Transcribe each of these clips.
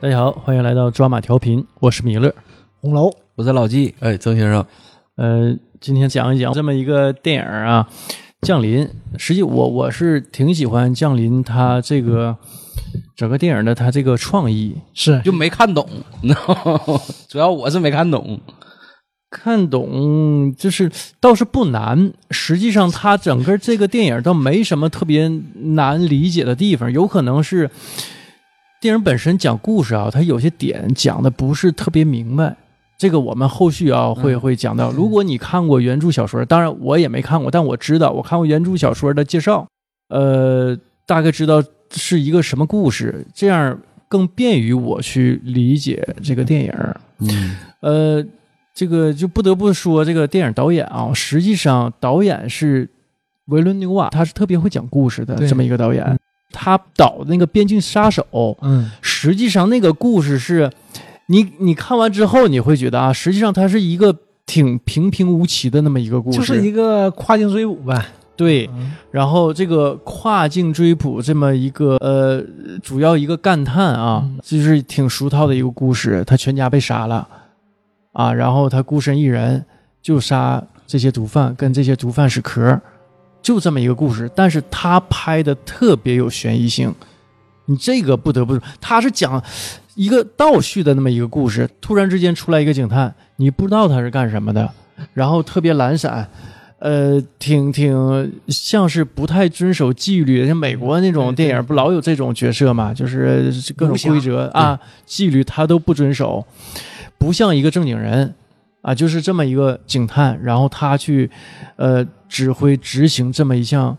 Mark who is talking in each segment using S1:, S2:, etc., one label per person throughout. S1: 大家好，欢迎来到抓马调频，我是米勒。
S2: 红楼
S3: 我是老纪，
S4: 哎，曾先生，
S1: 呃，今天讲一讲这么一个电影啊，《降临》。实际我我是挺喜欢《降临》它这个整个电影的它这个创意，
S2: 是
S3: 就没看懂， 你知道吗？主要我是没看懂，
S1: 看懂就是倒是不难。实际上，它整个这个电影倒没什么特别难理解的地方，有可能是电影本身讲故事啊，它有些点讲的不是特别明白。这个我们后续啊会会讲到。如果你看过原著小说，当然我也没看过，但我知道我看过原著小说的介绍，呃，大概知道是一个什么故事，这样更便于我去理解这个电影。
S4: 嗯，
S1: 呃，这个就不得不说，这个电影导演啊，实际上导演是维伦纽瓦，他是特别会讲故事的
S2: 对
S1: 这么一个导演
S2: 嗯。
S1: 他导的那个《边境杀手》，
S2: 嗯
S1: 实际上那个故事是，你你看完之后你会觉得啊，实际上它是一个挺平平无奇的那么一个故事，
S2: 就是一个跨境追捕呗，
S1: 对。然后这个跨境追捕这么一个呃，主要一个干探啊
S2: 嗯，
S1: 就是挺俗套的一个故事，他全家被杀了，啊，然后他孤身一人就杀这些毒贩，跟这些毒贩是壳，就这么一个故事。但是他拍的特别有悬疑性，你这个不得不说，他是讲一个倒叙的那么一个故事，突然之间出来一个警探，你不知道他是干什么的，然后特别懒散。呃，挺挺像是不太遵守纪律的，像美国那种电影不老有这种角色嘛，就是各种
S2: 武侠
S1: 规则啊、纪律他都不遵守，不像一个正经人啊，就是这么一个警探，然后他去呃指挥执行这么一项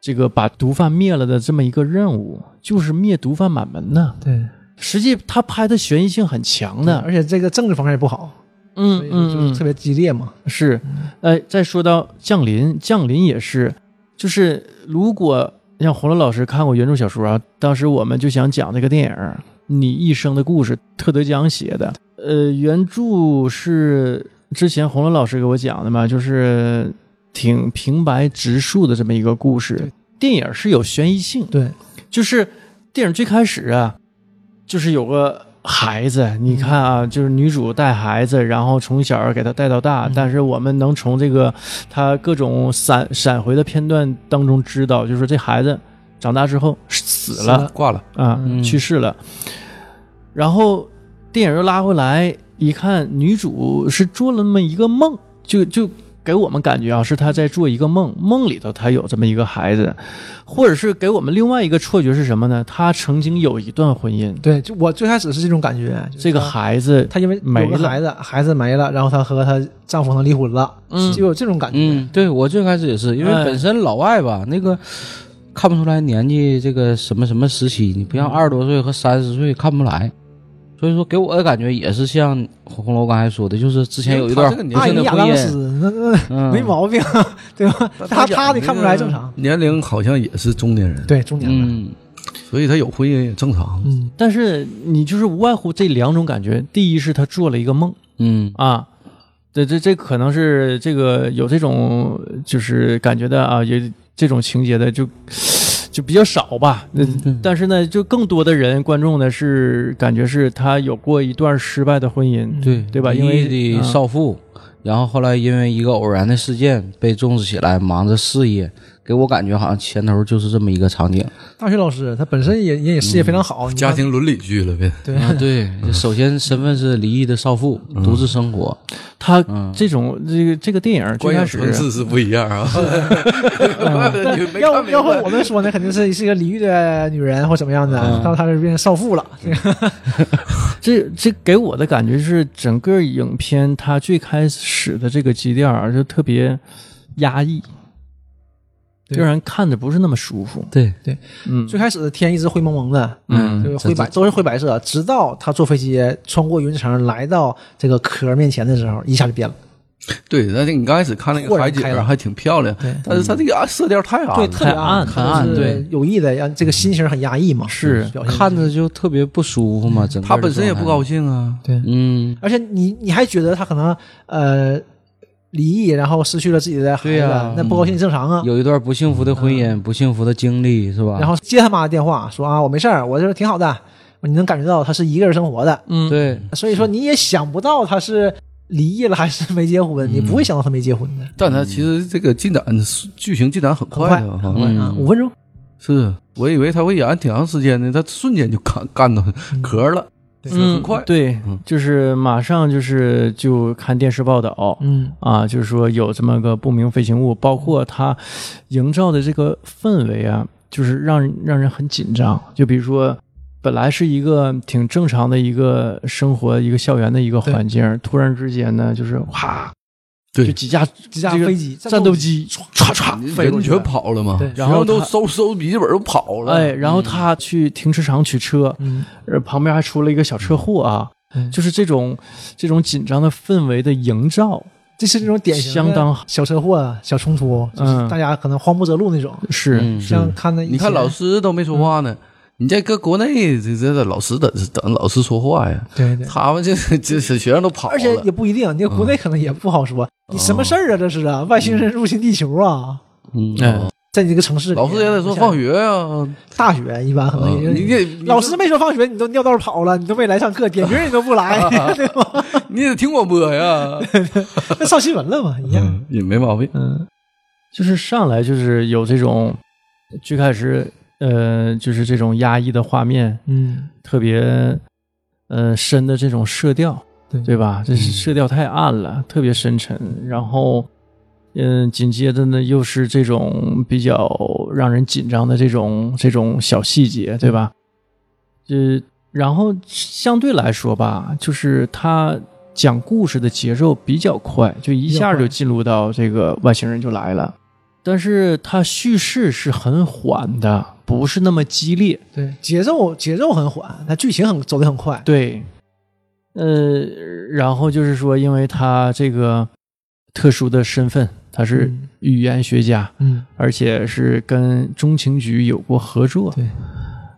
S1: 这个把毒贩灭了的这么一个任务，就是灭毒贩满门呐。
S2: 对，
S1: 实际他拍的悬疑性很强的，
S2: 而且这个政治方面也不好，
S1: 嗯
S2: 所以
S1: 嗯，
S2: 就是特别激烈嘛，
S1: 是，呃，再说到降临，降临也是，就是如果像红楼老师看过原著小说啊，当时我们就想讲这个电影儿《你一生的故事》，特德·江写的。呃，原著是之前红楼老师给我讲的嘛，就是挺平白直述的这么一个故事
S2: 对。
S1: 电影是有悬疑性，
S2: 对，
S1: 就是电影最开始啊，就是有个孩子，你看啊，就是女主带孩子，然后从小给他带到大，
S2: 嗯
S1: 但是我们能从这个他各种闪闪回的片段当中知道，就是这孩子长大之后死了
S4: 挂了，
S1: 啊，
S3: 嗯
S1: 去世了。然后电影又拉回来，一看女主是做了那么一个梦，就就给我们感觉啊，是她在做一个梦，梦里头她有这么一个孩子，或者是给我们另外一个错觉是什么呢？她曾经有一段婚姻，
S2: 对，就我最开始是这种感觉，就是
S1: 这个
S2: 她
S1: 孩子
S2: 她因为有个
S1: 没了
S2: 孩子，孩子没了，然后她和她丈夫能离婚了，
S1: 嗯
S2: 就有这种感觉，
S3: 嗯，对我最开始也是，因为
S1: 哎
S3: 本身老外吧，那个看不出来年纪，这个什么什么时期，你不像二十多岁和三十岁看不出来，所以说给我的感觉也是像红楼刚才说的，就是之前有一段
S4: 因为
S2: 阿
S3: 无
S4: 他这个年
S3: 限
S2: 姨
S3: 的
S2: 亚哎
S3: 婚
S2: 当
S3: 姻，
S2: 斯那那
S3: 嗯，
S2: 没毛病，对吧？她她的看不出来正常，，
S4: 年龄好像也是中年人，
S2: 对，中年了，
S3: 嗯，
S4: 所以他有婚姻也正常。
S2: 嗯，
S1: 但是你就是无外乎这两种感觉，第一是她做了一个梦。
S3: 嗯
S1: 啊，这这这可能是这个有这种就是感觉的啊，有这种情节的就就比较少吧。那
S3: 嗯，
S1: 但是呢，就更多的人观众呢是感觉是他有过一段失败的婚
S2: 嗯
S1: 姻，
S3: 对
S1: 对吧因为
S3: 离异
S1: 嗯
S3: 的少妇，然后后来因为一个偶然的事件被重视起来，忙着事业，给我感觉好像前头就是这么一个场景。
S2: 大学老师，她本身也也也事业非常好，你
S4: 家
S2: 看
S4: 庭伦理剧了呗，
S2: 对
S3: 啊，对，首先身份是离异的少妇，独自生活。
S1: 他
S3: 嗯，
S1: 这种这个这个电影最
S4: 观
S1: 开
S4: 影
S1: 始
S4: 层次是不一样啊。你没
S2: 要
S4: 看
S2: 要和
S4: 明白
S2: 我们说呢，肯定是是一 个离异的女人或怎么样的，
S3: 嗯
S2: 然后她是变成少妇了。
S1: 这这给我的感觉是，整个影片它最开始的这个基调啊就特别压抑，
S2: 对
S1: 让人看着不是那么舒服。
S3: 对，
S1: 嗯，
S2: 最开始天一直灰蒙蒙的，
S1: 嗯
S2: 就是灰白，
S3: 这
S2: 都是灰白色。直到她坐飞机穿过云层来到这个壳面前的时候，一下就变了。
S4: 对，但是你刚开始看那
S2: 豁
S4: 个
S2: 然
S4: 海景啊
S2: 开朗
S4: 还挺漂亮
S2: 对，
S4: 但是他这个啊色调太暗了，
S2: 对，特别暗，
S1: 很暗
S2: 就是
S1: 对
S2: 有意的让这个心情很压抑嘛。
S1: 是
S2: 表现
S3: 看着就特别不舒服嘛，整个
S4: 他本身也不高
S3: 兴。
S4: 兴啊。
S2: 对，
S3: 嗯，
S2: 而且你你还觉得她可能呃离异，然后失去了自己的孩
S3: 对
S2: 子
S3: 呀，
S2: 那不高兴正常啊。
S3: 有一段不幸福的婚姻，不幸福的经历是吧？
S2: 啊然后接他妈的电话说啊，我没事儿，我这挺好的。你能感觉到他是一个人生活的，
S1: 嗯，
S3: 对，
S2: 所以说你也想不到他是离异了还是没结婚，你不
S4: 嗯
S2: 会想到他没结婚的。
S4: 但他其实这个进展，剧情进展很快的哈。
S3: 嗯
S2: 啊，五分钟，
S4: 是我以为他会演挺长时间的，他瞬间就干干到壳了，很
S1: 嗯，
S4: 快。
S1: 对
S4: 嗯，
S1: 就是马上就是就看电视报道，
S2: 嗯
S1: 啊，就是说有这么个不明飞行物，包括它营造的这个氛围啊，就是让人让人很紧张。就比如说，本来是一个挺正常的一个生活、一个校园的一个环境，突然之间呢，就是哗，
S4: 对
S1: 就几架
S2: 几架
S1: 这个
S2: 飞机，
S1: 战斗，机唰唰
S4: 人
S1: 飞过去
S4: 全，跑了嘛，
S2: 对
S1: 然后
S4: 学生都
S1: 他
S4: 收收笔记本都跑了。
S1: 哎，然后他去停车场取车，
S2: 嗯，
S1: 呃，旁边还出了一个小车祸啊。
S2: 嗯
S1: 就是这种这种紧张的氛围的营造，
S2: 这是那种典型的
S1: 相当
S2: 小车祸、啊小冲突，就是
S1: 嗯
S2: 大家可能慌不择路那种。
S1: 是、
S3: 嗯
S2: 像看的，
S4: 你看老师都没说话呢，你在搁国内这这老师等等老师说话呀，
S2: 对对，
S4: 他们这这这学生都跑了，嗯哦
S2: 而且也不一定，你国内可能也不好说，你什么事儿啊？这是啊，外星人入侵地球啊！
S3: 嗯，
S1: 嗯
S2: 在你这个城市里，啊
S4: 老师也得说放学呀。
S2: 大学一般可能
S4: 嗯
S2: 也
S4: 你
S2: 就。
S4: 得
S2: 老师没说放学，你都尿道跑了，你都没来上课，点名你都不 来，对吧？
S4: 你得听广播 呀，
S2: 那上新闻了嘛，一样。
S4: 嗯也没毛病。
S2: 嗯
S1: 就是上来就是有这种，最开始呃，就是这种压抑的画面，
S2: 嗯，
S1: 特别呃深的这种色调，
S2: 对
S1: 对吧？这是色调太暗了，特别深沉。然后，嗯、紧接着呢又是这种比较让人紧张的这种这种小细节，对吧？呃，然后相对来说吧，就是他讲故事的节奏比较快，就一下就进入到这个外星人就来了。但是他叙事是很缓的，不是那么激烈，
S2: 对，节奏节奏很缓，它剧情很走得很快。
S1: 对，呃，然后就是说，因为他这个特殊的身份，他是
S2: 嗯
S1: 语言学家，
S2: 嗯，
S1: 而且是跟中情局有过合作，
S2: 对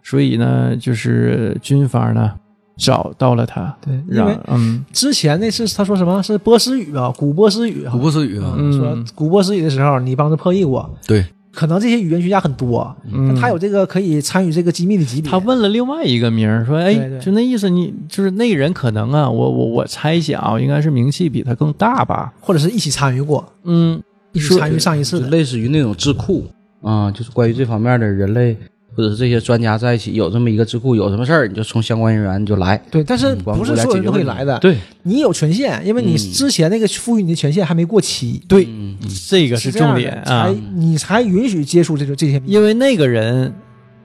S1: 所以呢，就是军方呢找到了他，
S2: 对，因为
S1: 让嗯
S2: 之前那次他说什么是波斯语啊，古波斯语啊
S4: 古，不是语啊，
S1: 嗯
S2: 说古波斯语的时候，你帮着破译过。
S4: 对，
S2: 可能这些语言学家很多，
S1: 嗯，
S2: 但他有这个可以参与这个机密的级别。
S1: 他问了另外一个名儿，说：“哎
S2: 对对，
S1: 就那意思你，就是那人可能啊，我我我猜想啊，应该是名气比他更大吧？
S2: 或者是一起参与过，
S1: 嗯，
S2: 一起
S1: 说
S2: 参与上一次
S3: 就
S2: 的。
S3: 类似于那种智库啊，就是关于这方面的人类或者是这些专家在一起有这么一个智库，有什么事儿你就从相关人员你就来，
S2: 对，但是
S3: 管
S2: 不
S3: 过
S2: 是
S3: 来
S2: 所有人
S3: 解决
S2: 都可以
S3: 问题
S2: 来的，
S3: 对，
S2: 你有权限，因为你
S3: 嗯
S2: 之前那个赋予你的权限还没过期，
S1: 对，
S3: 嗯，
S1: 这个是
S2: 这样
S1: 重
S2: 的
S1: 点啊
S2: 才，你才允许接触这种这些密。
S1: 因为那个人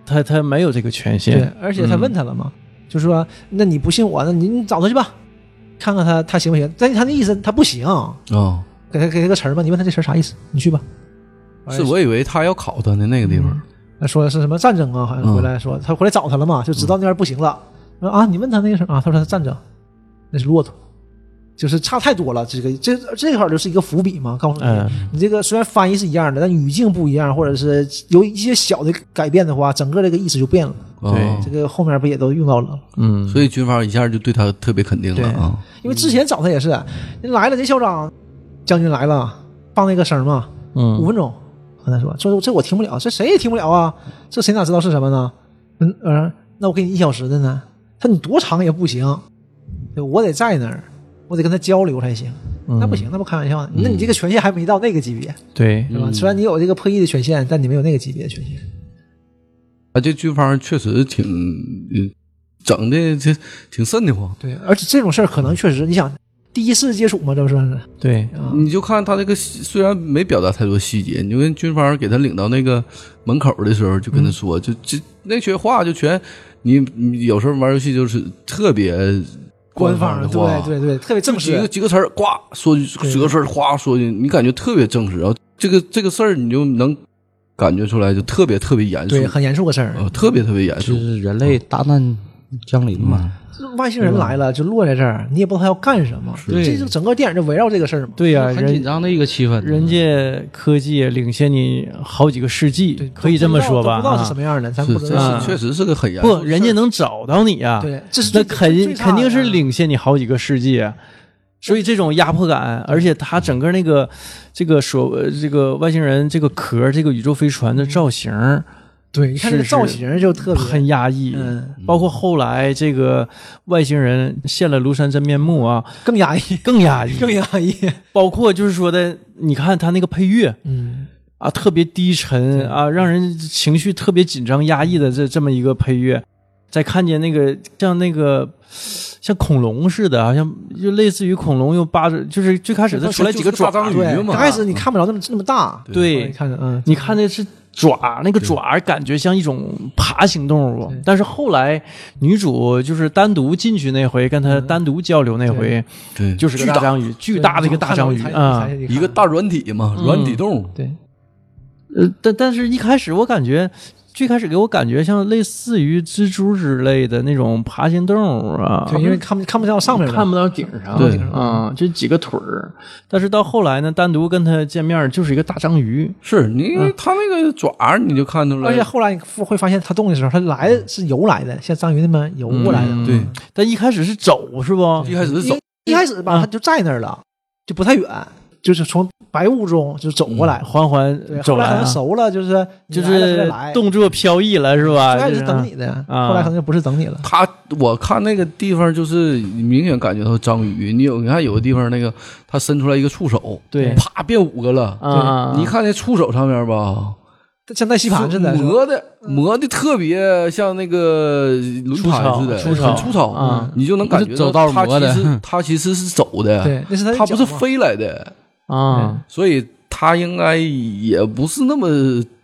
S1: 他他没有这个权
S2: 对
S1: 限，，
S2: 而且他
S1: 嗯
S2: 问他了嘛，就说那你不信我，那你你找他去吧，看看他他行不行？但是他那意思他不行，
S4: 啊，
S2: 给他给他个词儿嘛，你问他这词儿啥意思？你去吧。嗯
S4: 是我以为他要考他呢，那个地方，
S2: 说的是什么战争啊？好像
S4: 嗯
S2: 回来说、他回来找他了嘛，就知道那边不行了。说啊，你问他那个事儿啊，他说他战争，那是骆驼，就是差太多了。这个这这块儿就是一个伏笔嘛，告诉你，
S1: 嗯
S2: 你这个虽然翻译是一样的，但语境不一样，或者是有一些小的改变的话，整个这个意思就变了。
S4: 啊
S2: 这个后面不也都用到了？
S1: 嗯，
S4: 所以军方一下就对他特别肯定了啊。
S2: 因为之前找他也是，人来了，这校长将军来了，放那个声儿嘛，五
S1: 嗯
S2: 分钟，和他说，这这我听不了，这谁也听不了啊，这谁哪知道是什么呢？嗯呃，那我给你一小时的呢，他说你多长也不行，对我得在那儿，我得跟他交流才行。
S1: 嗯
S2: 那不行，那不开玩笑呢。那你这个权限还没到那个级别，
S1: 对，
S2: 对吧？虽然你有这个破译的权限，但你没有那个级别的权限。
S4: 啊，这军方确实挺嗯整的这挺瘆得慌。
S2: 对，而且这种事儿可能确实，你想第一次接触嘛，这不算是
S1: 对，
S2: 啊？
S4: 你就看他这个细虽然没表达太多细节，你就跟军方给他领到那个门口的时候，就跟他说，就这那些话就全你你有时候玩游戏就是特别
S2: 官
S4: 方的
S2: 方
S4: 话，
S2: 对对对，特别正
S4: 几个
S2: 式。
S4: 几个词儿，呱说几个词儿，哗说进去，你感觉特别正式。然后这个这个事儿，你就能感觉出来，就特别特别严肃，
S2: 对，很严肃个事儿。
S4: 呃，特别特别严
S3: 就
S4: 肃。
S3: 是人类大难降临嘛，
S2: 外星人来了就落在这儿，你也不知道他要干什么。
S3: 对
S2: 这就整个电影就围绕这个事儿嘛。
S1: 对呀、
S3: 很紧
S1: 人
S3: 张的一个气氛，嗯
S1: 人家科技领先你好几个世纪，可以这么说吧？啊
S2: 都不知道是什
S1: 么
S2: 么样的，咱
S4: 是，
S2: 不知
S4: 这
S2: 道。
S1: 啊
S4: 是确实是个很严肃的
S1: 不，
S4: 事儿。
S1: 人家能找到你啊，
S2: 对，这是
S1: 那
S2: 最
S1: 肯
S2: 最差的
S1: 肯定是领先你好几个世纪啊。所以这种压迫感，而且它整个那呃个这个所这个外星人这个壳，这个宇宙飞船的造型，
S2: 对，一看这个
S1: 是
S2: 造型就特别
S1: 很压抑。
S2: 嗯，
S1: 包括后来这个外星人现了庐山真面目啊，
S2: 更压抑，
S1: 更压抑。
S2: 更压抑。
S1: 包括就是说的，你看他那个配乐
S2: 嗯，
S1: 啊，特别低沉啊，让人情绪特别紧张压抑的这这么一个配乐。再看见那个像那个像恐龙似的，好像就类似于恐龙用八爪，就是最开始它出来几个爪
S4: 就是大章鱼
S2: 对，
S4: 嘛
S2: 刚开始你看不着那么那么大，
S1: 对
S2: 你看着嗯，
S1: 你看的是爪，那个爪感觉像一种爬行动物
S2: 对，
S1: 但是后来女主就是单独进去那回，跟她单独交流那回，
S4: 对，
S1: 就是个大章鱼，嗯巨大的一个大章鱼啊，
S2: 嗯
S4: 一个大软体嘛，
S1: 嗯
S4: 软体动物，
S2: 对，
S1: 呃，但但是一开始我感觉。最开始给我感觉像类似于蜘蛛之类的那种爬行动物啊，
S2: 对，因为看不看不着上面嘛，
S1: 看不到顶上，
S4: 对
S1: 啊、就几个腿儿。但是到后来呢，单独跟他见面就是一个大章鱼，
S4: 是你它那个爪儿你就看出来，
S2: 而且后来你会会发现，它动的时候，它来的是游来的，像章鱼那么游过来的。
S1: 嗯
S4: 对，
S1: 但一开始是走是不？
S4: 一开始是
S2: 因
S4: 走
S2: 为，一开始吧，
S1: 嗯
S2: 它就在那儿了，就不太远，就是从白雾中就走过来。
S1: 缓缓
S2: 对，
S1: 嗯走
S2: 后来可
S1: 啊
S2: 能熟了，就是你
S1: 就
S2: 来了它再
S1: 是
S2: 来。
S1: 动作飘逸了是吧？
S2: 最开始
S1: 就是是
S2: 等你的，
S1: 啊
S2: 后来可能就不是等你了。
S4: 它我看那个地方就是你明显感觉到章鱼，你有你看有的地方那个它伸出来一个触手，
S1: 对
S4: 啪变五个了，
S1: 啊，
S4: 你看那触手上面吧，
S2: 像带吸盘似的，是吧
S4: 磨的磨的特别像那个轮胎似的，
S1: 粗糙
S4: 很粗糙嗯
S1: 啊
S4: 你就能感觉
S3: 走道
S4: 到
S3: 儿
S4: 它
S3: 磨
S4: 其
S3: 的
S4: 实它其实是走的，
S2: 对，那是它的
S4: 它
S2: 脚
S4: 不是
S2: 嘛
S4: 飞来的，
S1: 啊，
S4: 所以它应该也不是那么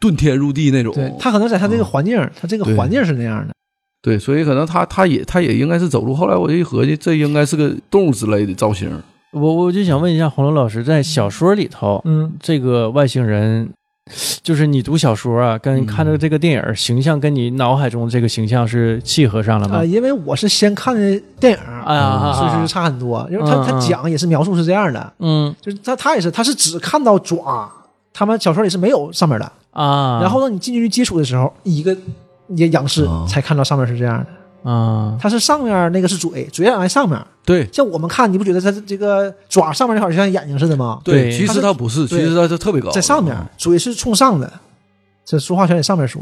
S4: 遁天入地那种。
S2: 对，它可能在它这个环境，它这个
S4: 对
S2: 环境是那样的。
S4: 对所以可能它它也它也应该是走路。后来我一合计，这应该是个动物之类的造型。
S1: 我我就想问一下红楼老师，在小说里头，
S2: 嗯，
S1: 这个外星人。就是你读小说啊，跟
S4: 嗯
S1: 看到这个电影形象，跟你脑海中这个形象是契合上了吗
S2: 啊，？因为我是先看的电影，
S1: 哎呀，
S2: 所以说就差很多。因为他他
S1: 嗯嗯
S2: 讲也是描述是这样的，
S1: 嗯
S2: 就是他他也是他是只看到爪，他们小说里是没有上面的。
S1: 啊，
S2: 然后呢，你进去接触的时候，以一个一个仰视
S4: 啊
S2: 才看到上面是这样的。
S1: 啊，
S2: 它是上面那个是嘴，嘴长在上面。
S4: 对
S2: 像我们看，你不觉得它这个爪上面那块儿就像眼睛似的吗？
S1: 对
S4: 其实它不是，其
S2: 对
S4: 实它是特别高，啊
S2: 在上
S4: 哦
S2: 面，嘴是冲上的，这说话全得上面说。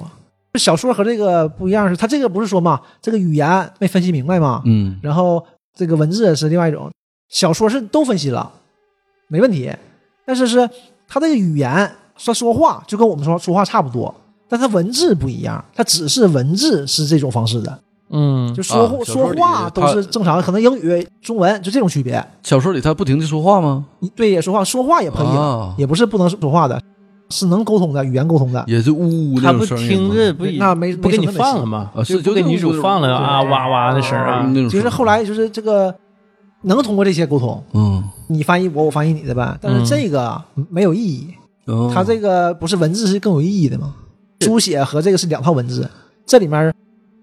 S2: 小说和这个不一样是，它这个不是说嘛，这个语言没分析明白嘛，
S4: 嗯，
S2: 然后这个文字是另外一种，小说是都分析了，没问题，但是是他这个语言说说话就跟我们说说话差不多，但他文字不一样，他只是文字是这种方式的，
S1: 嗯
S2: 就说、
S4: 啊小说
S2: 说
S4: 里
S2: 话都是正常，可能英语、中文就这种区别。
S4: 小说里它不停的说话吗？
S2: 你对，也说话，说话也可以，
S4: 啊，
S2: 也不是不能说话的，是能沟通的，语言沟通的。
S4: 也是呜呜
S1: 他
S4: 那种
S1: 不
S4: 声音
S1: 听
S4: 吗
S1: 着不
S2: 那没
S1: 不给你放了吗？
S4: 啊，是
S1: 不给女主放了啊，哇哇那声儿啊，
S4: 那种声音，
S2: 就是后来就是这个能通过这些沟通，
S4: 嗯，
S2: 你翻译我，我翻译你的呗。但
S1: 嗯
S2: 是这个没有意义，
S4: 嗯，
S2: 它这个不是文字是更有意义的吗？书写和这个是两套文字，这里面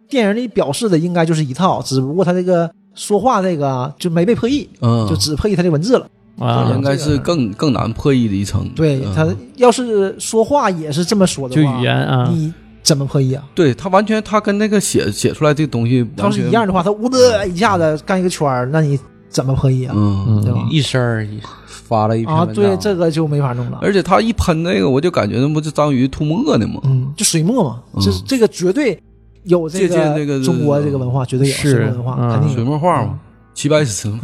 S2: 电影里表示的应该就是一套，只不过它这个说话这个就没被破译，
S4: 嗯
S2: 就只破译它的文字了。
S1: 啊
S4: 应，该是更更难破译的一层。
S2: 对
S4: 嗯
S2: 他要是说话也是这么说的
S1: 就
S2: 话，
S1: 语言啊，
S2: 你怎么破译啊？
S4: 对他完全他跟那个写写出来这东西
S2: 他要
S4: 完
S2: 是
S4: 全
S2: 一样的话，他呜的一下子干一个圈儿，那你怎么破译啊？
S4: 嗯。
S2: 对吧？
S3: 一声儿一发了一篇
S2: 啊，
S3: 文章
S2: 对，这个就没法弄了。
S4: 而且他一喷那个，我就感觉那不是章鱼吐沫呢吗？
S2: 嗯，就水墨嘛，
S4: 嗯
S2: 这这个绝对有这
S4: 借鉴这个
S2: 个中国这个文化，绝对有
S1: 是
S2: 水墨文化，
S1: 嗯
S2: 肯定有
S4: 水墨画嘛，齐白石嘛，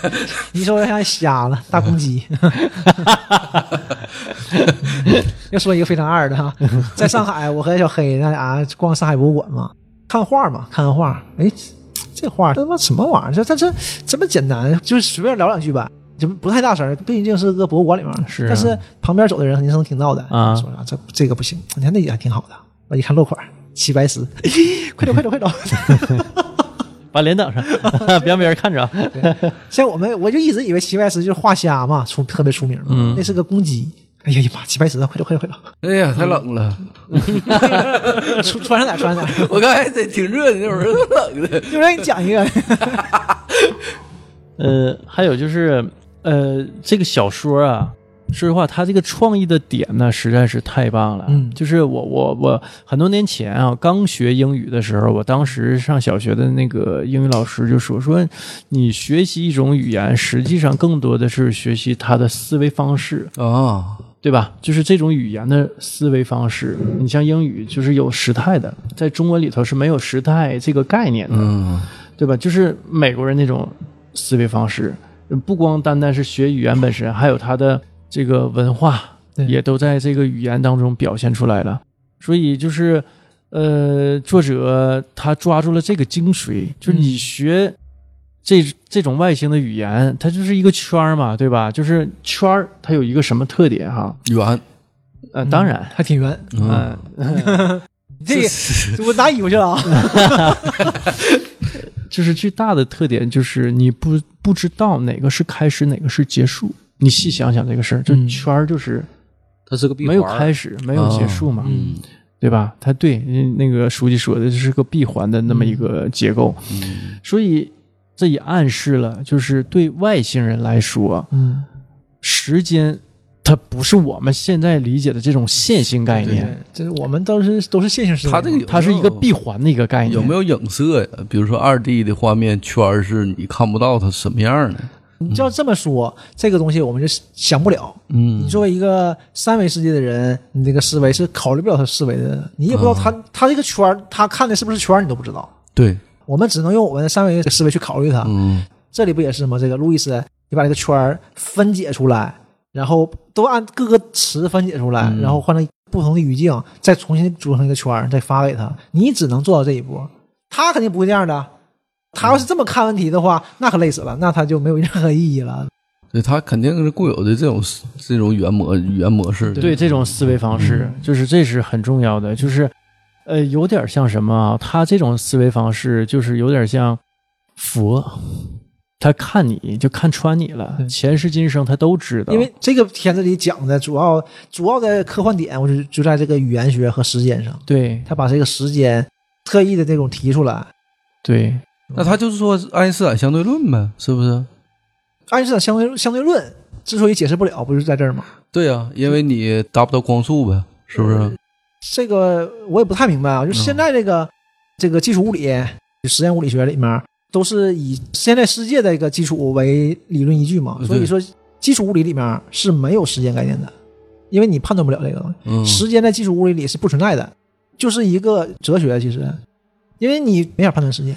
S2: 你说像瞎了，大公鸡。 要说一个非常二的哈，在上海，我和小黑那俩逛上海博物馆嘛，看画嘛，看画。哎，这画他妈什么玩意儿？这这这这么简单，就是随便聊两句吧，就不太大声儿。毕竟是个博物馆里面，
S1: 是啊
S2: 但是旁边走的人肯定是能听到的
S1: 啊
S2: 说啊，这这个不行，你看那也还挺好的。我一看落款儿，齐白石， 快走快走快走！
S1: 把脸挡上， 别让别人看着。
S2: 像我们，我就一直以为齐白石就是画虾嘛，出特别出名嘛，
S1: 嗯
S2: 那是个公鸡。哎呀呀妈！齐白石啊，快点快 点快
S4: 哎呀，太冷了！
S2: 点，穿穿上点穿上点。
S4: 我刚才得挺热的，那会儿冷的。
S2: 有人给你讲一个，
S1: 呃，还有就是，呃，这个小说啊，说实话，它这个创意的点呢，实在是太棒了。
S2: 嗯
S1: 就是我我我很多年前啊，刚学英语的时候，我当时上小学的那个英语老师就说说，你学习一种语言，实际上更多的是学习它的思维方式。
S4: 啊，
S1: 对吧？就是这种语言的思维方式，你像英语就是有时态的，在中文里头是没有时态这个概念的，
S4: 嗯，
S1: 对吧？就是美国人那种思维方式，不光单单是学语言本身，还有他的这个文化
S2: 对
S1: 也都在这个语言当中表现出来了。所以就是，呃，作者他抓住了这个精髓，就是你学这这种外星的语言，它就是一个圈儿嘛，对吧？就是圈儿它有一个什么特点哈？
S4: 圆，
S1: 呃，当然，
S2: 还挺圆。
S4: 嗯，
S1: 嗯，
S2: 这个我拿衣服去了啊！
S1: 就是最大的特点就是你不不知道哪个是开始，哪个是结束。你细想想这个事儿，就
S2: 嗯
S1: 圈儿就是
S3: 它是个闭环
S1: 没
S3: 儿
S1: 有开始，没有结束嘛，
S3: 嗯
S1: 对吧？它对嗯那个书记说的就是个闭环的那么一个结构，
S4: 嗯
S1: 所以这也暗示了，就是对外星人来说，
S2: 嗯，
S1: 时间它不是我们现在理解的这种线性概念，
S2: 嗯对，这是我们都是都是线性思维。
S4: 他这个有
S1: 它是一个
S4: 没有
S1: 闭环的一个概念。
S4: 有没有影射呀？比如说二 D 的画面圈儿是你看不到它什么样的。
S2: 你就要这么说，这个东西我们就想不了。
S4: 嗯
S2: 你作为一个三维世界的人，你这个思维是考虑不了他思维的，你也不知道他、他这个圈儿，他看的是不是圈儿，你都不知道。
S4: 对，
S2: 我们只能用我们三维的思维去考虑它。
S4: 嗯
S2: 这里不也是吗？这个路易斯，你把这个圈儿分解出来，然后都按各个词分解出来，
S4: 嗯
S2: 然后换成不同的语境，再重新组成一个圈儿，再发给他。你只能做到这一步，他肯定不会这样的。他要是这么看问题的话，那可累死了，那他就没有任何意义了。
S4: 对，它肯定是固有的这种这种语言模语言模式的。
S1: 对这种思维方式，
S2: 嗯
S1: 就是这是很重要的，就是呃，有点像什么啊？他这种思维方式就是有点像佛，他看你就看穿你了，
S2: 对
S1: 前世今生他都知道，
S2: 因为这个片子里讲的主要主要的科幻点，我就就在这个语言学和时间上，
S1: 对
S2: 他把这个时间特意的这种提出来。
S1: 对
S4: 那他就是说爱因斯坦相对论呗，是不是？
S2: 爱因斯坦相对相对论之所以解释不了，不是在这儿吗？
S4: 对呀、因为你达不到光速呗，是不是？
S2: 这个我也不太明白
S4: 嗯
S2: 啊，就现在这个、这个基础物理、实验物理学里面，都是以现在世界的一个基础为理论依据嘛，
S4: 嗯
S2: 所
S4: 对
S2: 以说基础物理里面是没有时间概念的，因为你判断不了这个东西。
S4: 嗯，
S2: 时间在基础物理里是不存在的，就是一个哲学。啊其实，因为你没法判断时间，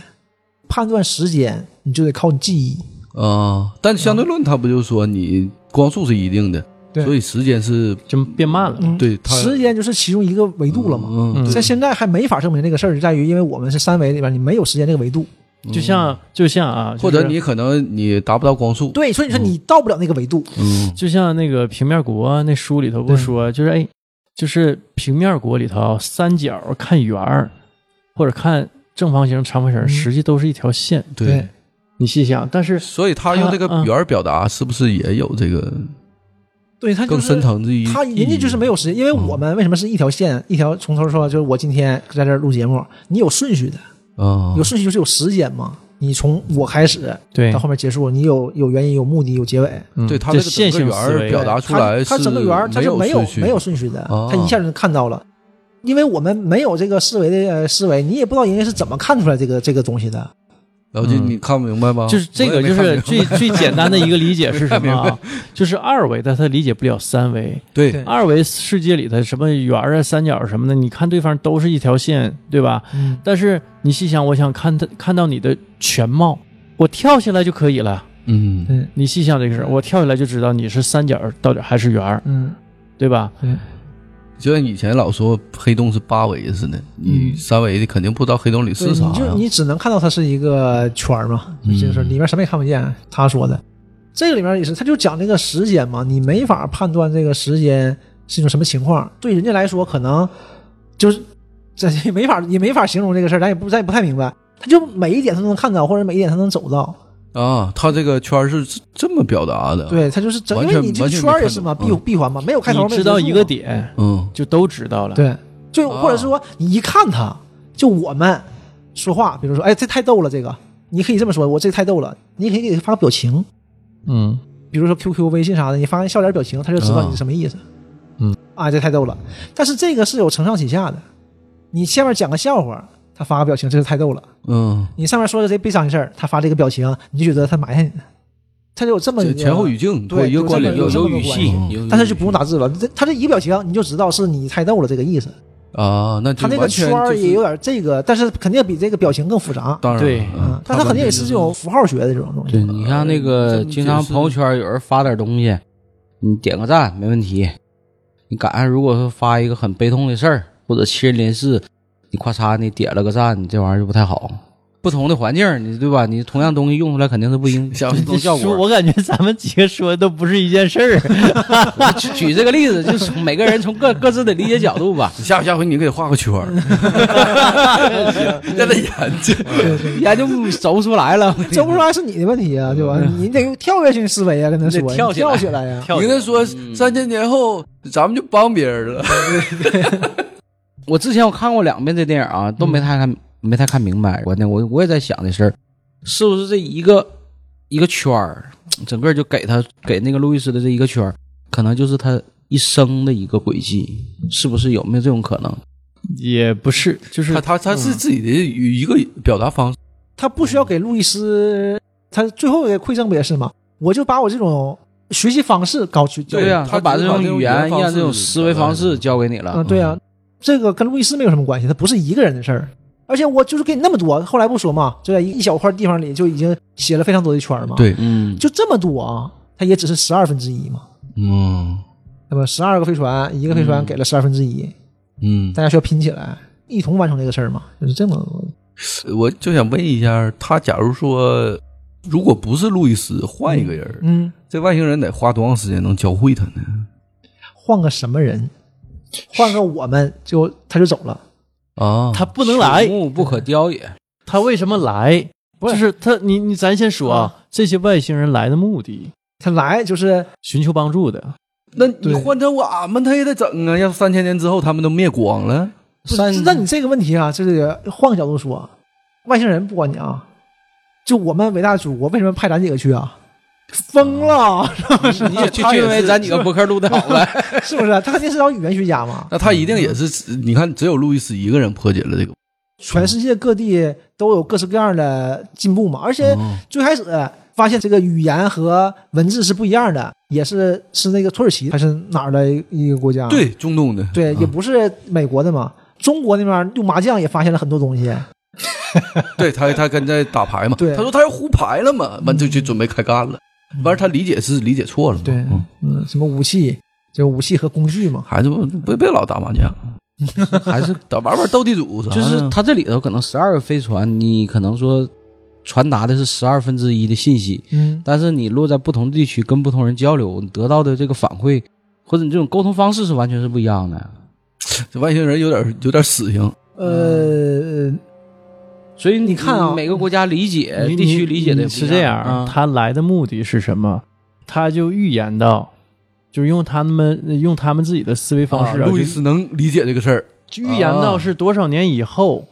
S2: 判断时间你就得靠你记忆。
S4: 啊、但相对论它不就说你光速是一定的，
S2: 对
S4: 所以时间是
S1: 就变慢了，
S2: 嗯
S4: 对它
S2: 时间就是其中一个维度了嘛。
S4: 嗯，
S1: 嗯
S2: 在现在还没法证明这个事儿，就在于因为我们是三维里边，你没有时间这个维度。
S1: 就像就像啊，就是
S4: 嗯或者你可能你达不到光速，
S2: 对，所以你说你到不了那个维度。
S4: 嗯，
S1: 就像那个平面国那书里头不
S2: 对
S1: 说，就是哎，就是平面国里头三角看圆儿或者看正方形、长方形，
S2: 嗯
S1: 实际都是一条线。
S4: 对。
S2: 对
S1: 你细想，但是
S4: 所以他用这个
S1: 他嗯
S4: 语言表达，是不是也有这个
S2: 对，他就
S4: 更深
S2: 是
S4: 层次意义？
S2: 他，人家就是没有时间，因为
S4: 嗯
S2: 我们为什么是一条线，一条从头说，就是我今天在这儿录节目，你有顺序的，
S4: 啊，
S2: 有顺序就是有时间嘛。你从我开始
S1: 对
S2: 到后面结束，你有有原因、有目的、有结尾。
S1: 嗯
S4: 对他
S1: 这
S4: 这个
S1: 线
S4: 整
S1: 性
S4: 个
S1: 思
S4: 圆儿
S1: 维啊
S4: 表达出
S2: 他
S4: 来
S2: 他
S4: 是
S2: 整个圆儿他是没有
S4: 顺序
S2: 没有顺序的，
S4: 哦
S2: 他一下就看到了。因为我们没有这个思维的呃思维，你也不知道人家是怎么看出来这个这个东西的。
S4: 老金，
S1: 嗯
S4: 你看不明白吧？
S1: 就是这个，
S4: 我也
S1: 就
S4: 没看
S1: 是
S4: 明白
S1: 最最简单的一个理解是什么
S4: 我也
S1: 啊？就是二维的他理解不了三维，
S4: 对
S2: 对
S1: 二维世界里的什么圆儿啊、三角什么的，你看对方都是一条线，对吧？
S2: 嗯，
S1: 但是你细想，我想看他看到你的全貌，我跳下来就可以了。
S4: 嗯，
S2: 对，
S1: 你细想这个事儿，我跳下来就知道你是三角到底还是圆儿，
S2: 嗯，
S1: 对吧？
S2: 对，
S4: 就像以前老说黑洞是八维似的，你
S2: 嗯
S4: 三维的肯定不知道黑洞里
S2: 对
S4: 是啥
S1: 啊
S2: 你
S4: 呀
S2: 就。你只能看到它是一个圈儿嘛，
S4: 嗯
S2: 就是里面什么也看不见。他说的，这个里面也是，他就讲这个时间嘛，你没法判断这个时间是一种什么情况。对人家来说，可能就是这也没法也没法形容这个事儿，咱也不咱也不太明白。他就每一点他都能看到，或者每一点他能走到。
S4: 啊，他这个圈儿是这这么表达的。，
S2: 对，他就是整，
S4: 完
S2: 因
S4: 全
S2: 为你这个圈儿也是嘛，
S4: 完全
S2: 闭
S4: 没看懂
S2: 闭环嘛，没有开头，
S1: 你
S2: 没有
S1: 知道
S2: 结束
S1: 一
S2: 嘛
S1: 个，点
S4: 嗯，
S1: 就都知道了。
S2: 对，就
S4: 啊
S2: 或者说你一看他，就我们说话，比如说，哎，这太逗了，这个你可以这么说，我这太逗了，你可以给他发个表情，
S1: 嗯，
S2: 比如说 QQ、微信啥的，你发个笑脸表情，他就知
S4: 哦
S2: 道你是什么意思。
S1: 嗯，
S2: 啊，这太逗了。但是这个是有承上启下的，你下面讲个笑话，他发个表情，这是太逗了；
S4: 嗯，
S2: 你上面说的这悲伤的事儿，他发这个表情，你就觉得他埋汰你了。它就有这么一
S4: 前
S2: 个
S4: 前后语境，
S2: 对
S4: 一个
S2: 有
S4: 关
S2: 这么
S4: 联，有嗯
S2: 有这么
S4: 有
S2: 个
S4: 语
S2: 关
S4: 系
S2: 系，
S4: 有
S2: 但是
S4: 语
S2: 就不用打字了，这它这仪表情你就知道是你猜到了这个意思。
S4: 啊，那
S2: 它
S4: 就
S2: 那个
S4: 完全
S2: 圈儿
S4: 就是
S2: 也有点这个，但是肯定比这个表情更复杂。
S4: 当然
S1: 对
S4: 了
S2: 啊
S4: 嗯，
S2: 但它
S4: 完
S2: 肯定
S4: 全
S2: 也
S4: 就是
S2: 这种符号学的这种东西。
S3: 对，你看那
S4: 呃这
S3: 个
S4: 么
S3: 经
S4: 解
S3: 常
S4: 释
S3: 朋友圈有人发点东西，你点个赞没问题。你赶上如果说发一个很悲痛的事儿或者七人连四，你咔嚓你点了个赞，你这玩意儿就不太好。不同的环境，你对吧？你同样东西用出来肯定是不应
S4: 想
S3: 不同效
S1: 说
S3: 果。
S1: 我感觉咱们几个说的都不是一件事儿。
S3: 我举举这个例子，就是从每个人从各各自的理解角度 吧。
S4: 下下回你给画个圈 儿， 让他研究。
S3: 研究走不出来 了，
S2: 这不说是你的问题啊，对吧？你得跳跃性思维啊，跟他说，
S3: 你得
S2: 你
S3: 跳
S2: 跳
S3: 起来
S2: 起来呀、
S1: 跳
S4: 你跟他说三千年后咱们就帮别人了，
S3: 我之前我看过两遍这电影啊，都没太看、没太看明白。我呢，我我也在想这事儿，是不是这一个一个圈儿，整个就给他给那个路易斯的这一个圈儿，可能就是他一生的一个轨迹，是不是有没有这种可能？
S1: 也不是，就是
S4: 他他他是自己的一个表达方式，
S2: 他不需要给路易斯，他最后的馈赠不也是吗？我就把我这种学习方式搞去教育
S4: 对
S3: 呀、
S4: 他
S3: 把
S4: 只
S3: 这
S4: 是把这种
S3: 语
S4: 语言
S3: 言，
S4: 方
S3: 让这种
S4: 式
S3: 思维
S4: 表达
S3: 方
S4: 出
S3: 式
S4: 来
S3: 交给你了。
S2: 啊，对呀、
S4: 嗯
S2: 这个跟路易斯没有什么关系，他不是一个人的事儿。而且我就是给你那么多，后来不说嘛，就在一小块地方里就已经写了非常多的圈儿嘛。，
S4: 对，
S3: 嗯，
S2: 就这么多啊，他也只是十二分之一嘛，
S4: 嗯
S2: 对吧？十二个飞船，一个飞船给了十二分之一，
S4: 嗯，
S2: 大家需要拼起来，一同完成这个事儿嘛，就是这么
S4: 我就想问一下，他假如说如果不是路易斯，换一个人，
S2: 嗯。
S4: 这外星人得花多长时间能教会他呢？
S2: 换个什么人，换个我们就他就走了。
S4: 啊，
S1: 他不能来
S3: 朽，木不可雕也。
S1: 他为什么来？
S2: 不是
S1: 就是他，你你咱先说啊，这些外星人来的目的，
S2: 他来就是
S1: 寻求帮助的。
S4: 那你
S2: 对
S4: 换成我们，他也得整啊！要三千年之后，他们都灭光了，
S3: 三
S2: 那你这个问题啊，就是换个角度说，外星人不管你啊，就我们伟大祖国为什么派咱几个去啊？疯了，
S3: 你就就因为咱几个博客录的好了，
S2: 是不是？他肯定是找语言学家 嘛。
S4: 那他一定也是，你看，只有路易斯一个人破解了这个。
S2: 全世界各地都有各式各样的进步嘛，而且
S4: 哦
S2: 最开始呃发现这个语言和文字是不一样的，也是是那个土耳其还是哪儿的一个国家？
S4: 对，中东的，
S2: 对，
S4: 啊
S2: 也不是美国的嘛。中国那边用麻将也发现了很多东西，
S4: 对他，他跟在打牌嘛。
S2: 对嗯
S4: 他说他要胡牌了嘛，完就就准备开干了。完，他理解是理解错了嘛。
S2: 对
S4: 嗯
S2: 嗯，什么武器，就武器和工具嘛。
S4: 孩子不不别老打 麻将，
S3: 还是
S4: 打玩玩斗地主啥的。
S3: 就是它这里头可能十二个飞船，你可能说传达的是十二分之一的信息，
S2: 嗯，
S3: 但是你落在不同地区跟不同人交流，你得到的这个反馈或者你这种沟通方式是完全是不一样的。
S4: 这外星人有点有点死性，
S2: 呃，
S3: 所以
S2: 你看啊
S3: 每个国家理解、
S1: 你
S3: 呃地区理解
S1: 你
S3: 的
S1: 你是这样，
S3: 啊，
S1: 他来的目的是什么？他就预言到，就是用他们用他们自己的思维方式啊，
S4: 路易斯能理解这个事儿，
S1: 就预言到是多少年以后，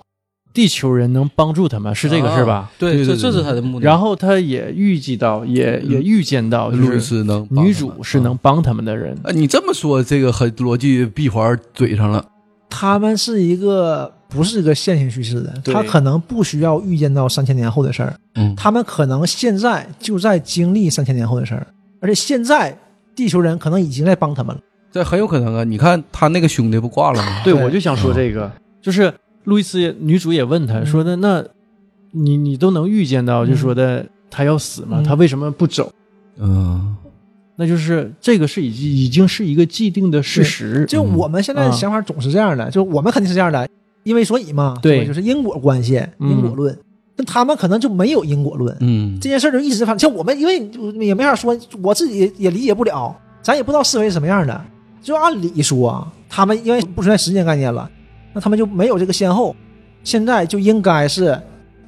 S1: 地球人能帮助他们，是这个是吧？
S3: 对，
S4: 对
S3: 这
S4: 对
S3: 这是他的目的。
S1: 然后他也预计到，也也预见到，就
S4: 路易
S1: 是
S4: 斯能帮他们。
S1: 女主是能帮他们的人。
S4: 啊，你这么说，这个很逻辑闭环怼上了。
S2: 他们是一个不是一个线性叙事的，
S1: 对
S2: 他可能不需要预见到三千年后的事儿，
S4: 嗯，
S2: 他们可能现在就在经历三千年后的事儿，而且现在地球人可能已经在帮他们了。
S4: 这很有可能啊。你看他那个兄弟不挂了吗？
S1: 对，
S2: 对
S1: 我就想说这个，就是路易斯也女主也问他说的，那你你都能预见到，就说的他要死嘛，
S2: 嗯
S1: 他为什么不走？
S4: 嗯，
S1: 那就是这个是已经已经是一个既定的事实。
S2: 就我们现在的
S1: 嗯
S2: 想法总是这样的，就我们肯定是这样的，因为所以嘛，
S1: 对
S2: 吧就是因果关系、
S1: 嗯
S2: 因果论。那、他们可能就没有因果论，
S4: 嗯，
S2: 这件事儿就一直发。像我们，因为也没法说，我自己也理解不了，咱也不知道思维是什么样的。就按理说啊，他们因为不存在时间概念了，那他们就没有这个先后，现在就应该是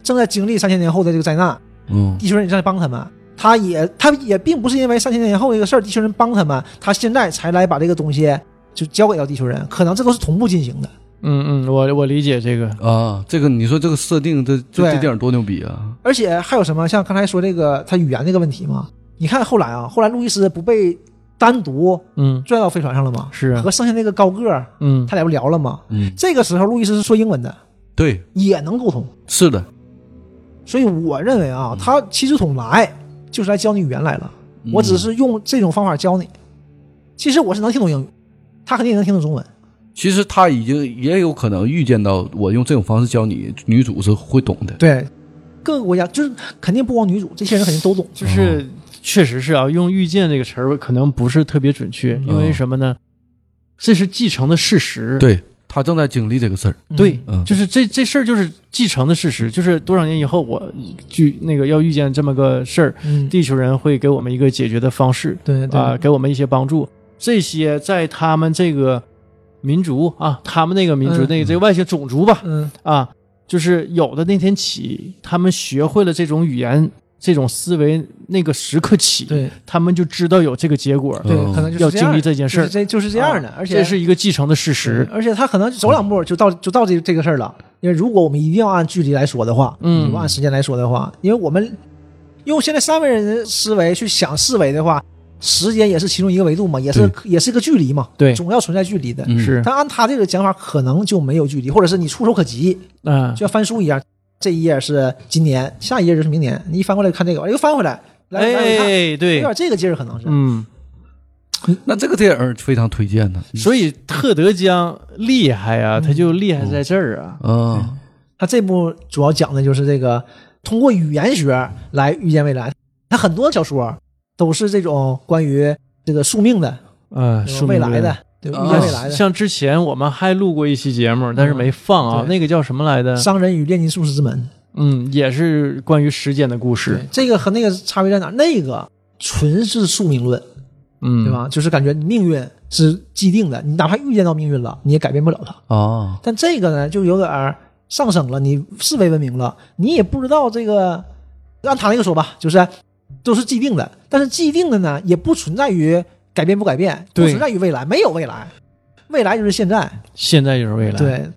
S2: 正在经历三千年后的这个灾难，
S4: 嗯，
S2: 地球人也正在帮他们。他也他也并不是因为三千年后这个事儿，地球人帮他们，他现在才来把这个东西就交给到地球人，可能这都是同步进行的。
S1: 嗯嗯，我我理解这个，
S4: 啊，这个你说这个设定，这这
S2: 对
S4: 这电影多牛逼啊！
S2: 而且还有什么？像刚才说这个他语言这个问题嘛，你看后来啊，后来路易斯不被单独
S1: 嗯
S2: 拽到飞船上了吗？
S1: 是啊
S2: 和剩下那个高个儿，
S1: 嗯，
S2: 他俩不聊了吗？
S4: 嗯，
S2: 这个时候路易斯是说英文的，
S4: 对，
S2: 也能沟通，
S4: 是的，
S2: 所以我认为啊，他七十桶来就是来教你语言来了。
S4: 嗯
S2: 我只是用这种方法教你。其实我是能听懂英语，他肯定也能听懂中文。
S4: 其实他已经也有可能预见到，我用这种方式教你，女主是会懂的。
S2: 对，各个国家就是肯定不光女主，这些人肯定都懂。
S1: 就是确实是啊，用“预见”这个词儿可能不是特别准确，因为什么呢？这是继承的事实。
S4: 对他正在经历这个事儿，
S1: 对
S4: 嗯，
S1: 就是这这事儿就是继承的事实，就是多少年以后我据那个要遇见这么个事儿，
S2: 嗯，
S1: 地球人会给我们一个解决的方式
S2: 对对
S1: 啊、给我们一些帮助。这些在他们这个民族啊，他们那个民族、
S2: 嗯
S1: 那个这个外星种族吧
S2: 嗯
S1: 啊，就是有的那天起，他们学会了这种语言、这种思维，那个时刻起，
S2: 对
S1: 他们就知道有这个结果，
S2: 对
S4: 嗯，
S2: 可能就是
S1: 要
S2: 这样
S1: 经历这件事
S2: 就
S1: 儿啊
S2: 是，这就是这样的，而且
S1: 这是一个继承的事实。
S2: 而且他可能走两步就到就到这这个事儿了。因为如果我们一定要按距离来说的话，
S1: 嗯
S2: 如果按时间来说的话，因为我们用现在三维人的思维去想四维的话，时间也是其中一个维度嘛，也是也是一个距离嘛，
S1: 对
S2: 总要存在距离的。
S4: 嗯
S1: 是，
S2: 但按他这个讲法，可能就没有距离，或者是你触手可及，
S1: 嗯，
S2: 就像翻书一样，这一页是今年，下一页就是明年，你一翻过来看这个，又翻回来，来来回看，
S1: 哎，
S2: 有
S1: 对，
S2: 点这个劲儿，可能是。
S1: 嗯，
S4: 那这个电影非常推荐呢。
S1: 所以特德江厉害啊，他就厉
S2: 嗯
S1: 害在这儿啊，
S4: 啊，
S2: 他这部主要讲的就是这个通过语言学来预见未来。他很多小说都是这种关于这个宿命的、
S1: 嗯，
S2: 这
S1: 说
S2: 种
S1: 明这
S2: 未来
S1: 个
S2: 呃的、对
S4: 啊
S2: 预见未来的。
S1: 像之前我们还录过一期节目，但是没放啊，
S2: 对
S1: 那个叫什么来的？
S2: 商人与炼金术士之门，
S1: 嗯，也是关于时间的故事
S2: 对，这个和那个差别在哪？那个纯是宿命论，
S1: 嗯，
S2: 对？吧？就是感觉命运是既定的，你哪怕预见到命运了，你也改变不了它。
S4: 啊，
S2: 但这个呢，就有点儿上升了，你是微文明了，你也不知道这个，按他那个说吧，就是都是既定的，但是既定的呢，也不存在于改变不改变，不
S1: 对
S2: 存在于未来，没有未来，未来就是现在。
S1: 现在就是未来，，
S2: 对，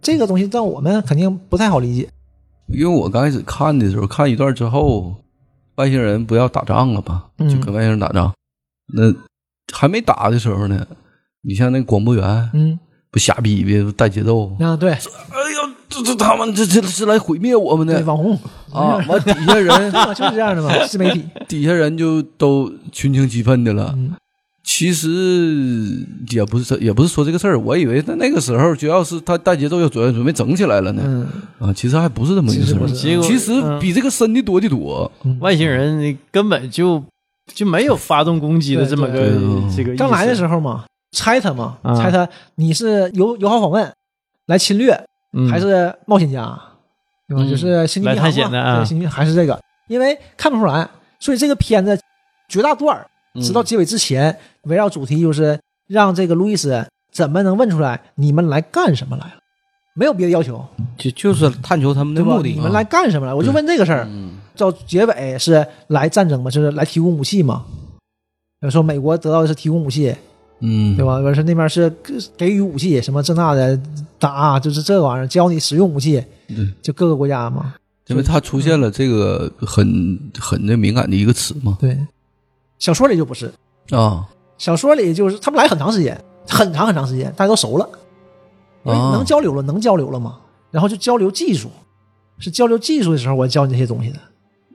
S2: 这个东西但我们肯定不太好理解。
S4: 因为我刚开始看的时候，看一段之后，外星人不要打仗了吧？
S2: 嗯
S4: 就跟外星人打仗，那还没打的时候呢，你像那广播员
S2: 嗯，
S4: 不瞎逼逼带节奏，
S2: 啊，对，
S4: 哎呀，这这他们这这是来毁灭我们
S2: 对，
S4: 的
S2: 网红
S4: 啊！完底下人
S2: 啊，就是这样的嘛，自媒体。
S4: 底下人就都群情激愤的
S1: 啊
S4: 了。
S2: 嗯
S4: 其实也不是，也不是说这个事儿。我以为那那个时候，就要是他带节奏要准准备整起来了呢，
S2: 嗯，
S4: 啊，其实还不是这么一个事
S2: 其实不
S4: 儿。
S2: 是
S1: 结果
S4: 其实
S1: 嗯
S4: 比这个深的多的多。
S2: 嗯
S1: 外星人根本就就没有发动攻击的
S2: 对
S1: 这么
S2: 对
S1: 个
S4: 对
S1: 这个意思
S2: 刚来的时候嘛，猜他嘛，
S1: 啊
S2: 猜他你是友友好访问来侵略，
S1: 嗯
S2: 还是冒险家，对吧？
S1: 嗯
S2: 就是星际
S1: 来
S2: 迷
S1: 探
S2: 航
S1: 险
S2: 嘛，
S1: 的啊
S2: 对，星际迷航还是这个，因为看不出来，所以这个片子绝大段儿
S1: 嗯
S2: 直到结尾之前，围绕主题就是让这个路易斯怎么能问出来你们来干什么来了，没有别的要求，
S3: 就就是探求他们的
S2: 对吧
S3: 目？的啊
S2: 你。们来干什么来？我就问这个事儿，
S4: 嗯
S2: 到结尾是来战争嘛，就是来提供武器嘛。说美国得到的是提供武器，
S4: 嗯，
S2: 对吧？完事那边是给予武器，什么这那的打，就是这玩意儿教你使用武器，
S4: 对？
S2: 就各个国家嘛。
S4: 因为他出
S2: 嗯
S4: 现了这个很很那敏感的一个词嘛。
S2: 对，小说里就不是，
S4: 啊
S2: 小说里就是他们来很长时间，很长很长时间，大家都熟了，因为
S4: 啊，
S2: 能交流了，能交流了嘛。然后就交流技术，是交流技术的时候，我教你这些东西的，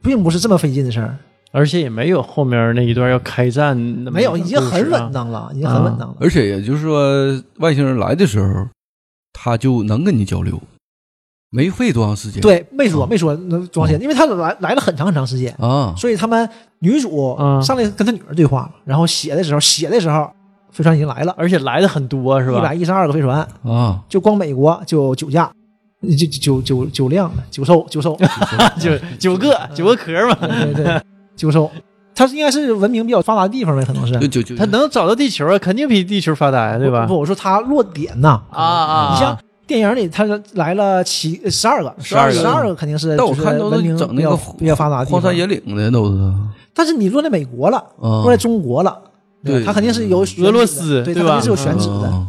S2: 并不是这么费劲的事儿。
S1: 而且也没有后面那一段要开战那么
S2: 没
S1: 一个
S2: 有，
S1: 故事啊，啊
S2: 已经很稳当了，已经很稳当了。
S4: 而且也就是说，外星人来的时候，他就能跟你交流，没费多长时间。
S2: 对，没说没说那装
S1: 嗯
S2: 线，因为他来来了很长很长时间，
S4: 啊，
S2: 所以他们女主
S1: 嗯
S2: 上来跟他女儿对话了，然后写的时候写的时候，飞船已经来了，
S1: 而且来的很多是
S2: 一
S1: 吧
S2: 百？一十二个飞船，
S4: 啊，
S2: 就光美国就有九架，就九九九辆，九艘 九艘。
S1: 九 九个
S2: 嗯
S1: 九个壳嘛，
S2: 对对，九州，它是应该是文明比较发达的地方呗，可能是
S4: 就。就就
S1: 他能找到地球啊，肯定比地球发达呀，对吧
S2: 不，？我说它落点呐。
S1: 啊啊，
S2: 你像电影里，它来了七十二个，
S1: 12个
S2: 十二个肯定是
S4: 但我
S2: 就是
S4: 看都
S2: 文
S4: 是
S2: 明
S4: 整
S2: 比
S4: 那
S2: 较
S4: 个
S2: 比较发达的地
S4: 荒山
S2: 方。
S4: 野岭的都是
S2: 但是你落在美国了，
S4: 啊
S3: 嗯
S2: 落在中国了，
S4: 对
S2: 它肯定是
S4: 嗯
S2: 有选址的
S1: 俄罗斯
S2: 对，它
S1: 对
S2: 肯
S1: 吧
S2: 定是有选址的。
S4: 啊
S3: 嗯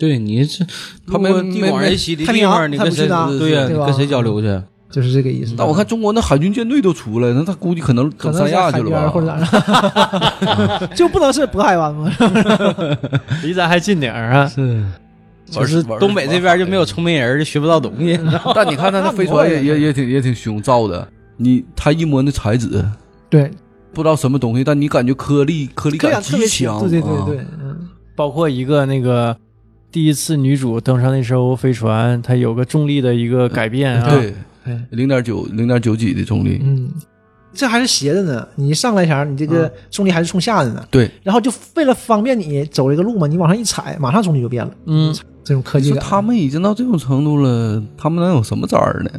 S3: 对你这，
S4: 他没
S3: 如果地
S4: 没
S3: 广
S4: 没
S3: 人稀的
S2: 太
S3: 地
S2: 平洋
S3: 方，你
S2: 他
S3: 跟
S2: 不
S3: 谁
S2: 去的
S3: 对呀？
S2: 对
S3: 你
S2: 吧
S3: 跟谁交流去？
S2: 就是这个意思。
S4: 但我看中国那海军舰队都出来，那他估计可能
S2: 可
S4: 整
S2: 能
S4: 三
S2: 是
S4: 亚
S2: 海
S4: 去了
S2: 边
S4: 吧？
S2: 或者哪 儿，就不能是渤海湾
S4: 嗯
S2: 吗？
S1: 离咱还近点儿啊。
S3: 是，
S4: 玩
S3: 是东北这边就没有聪明人，就学不到东西。
S4: 但 你看他那飞船也也也挺也挺凶造的，你他一摸那材质，
S2: 对，
S4: 不知道什么东西，但你感觉颗粒颗粒
S2: 科
S4: 感
S2: 长特
S4: 极
S2: 别强，
S4: 强，
S2: 对对对
S4: 啊
S2: 对，嗯，
S1: 包括一个那个第一次女主登上那艘飞船，她有个重力的一个改变啊，
S4: 对，
S2: 哎，
S4: 零点九零点九几的重力，
S2: 嗯，这还是斜的呢，你一上来前儿，你这
S4: 嗯
S2: 个重力还是冲下的呢，
S4: 对，
S2: 然后就为了方便你走这个路嘛，你往上一踩，马上重力就变了，
S1: 嗯，
S2: 这种科
S4: 你
S2: 技
S4: 说
S2: 感。
S4: 他们已经到这种程度了，他们能有什么招儿呢？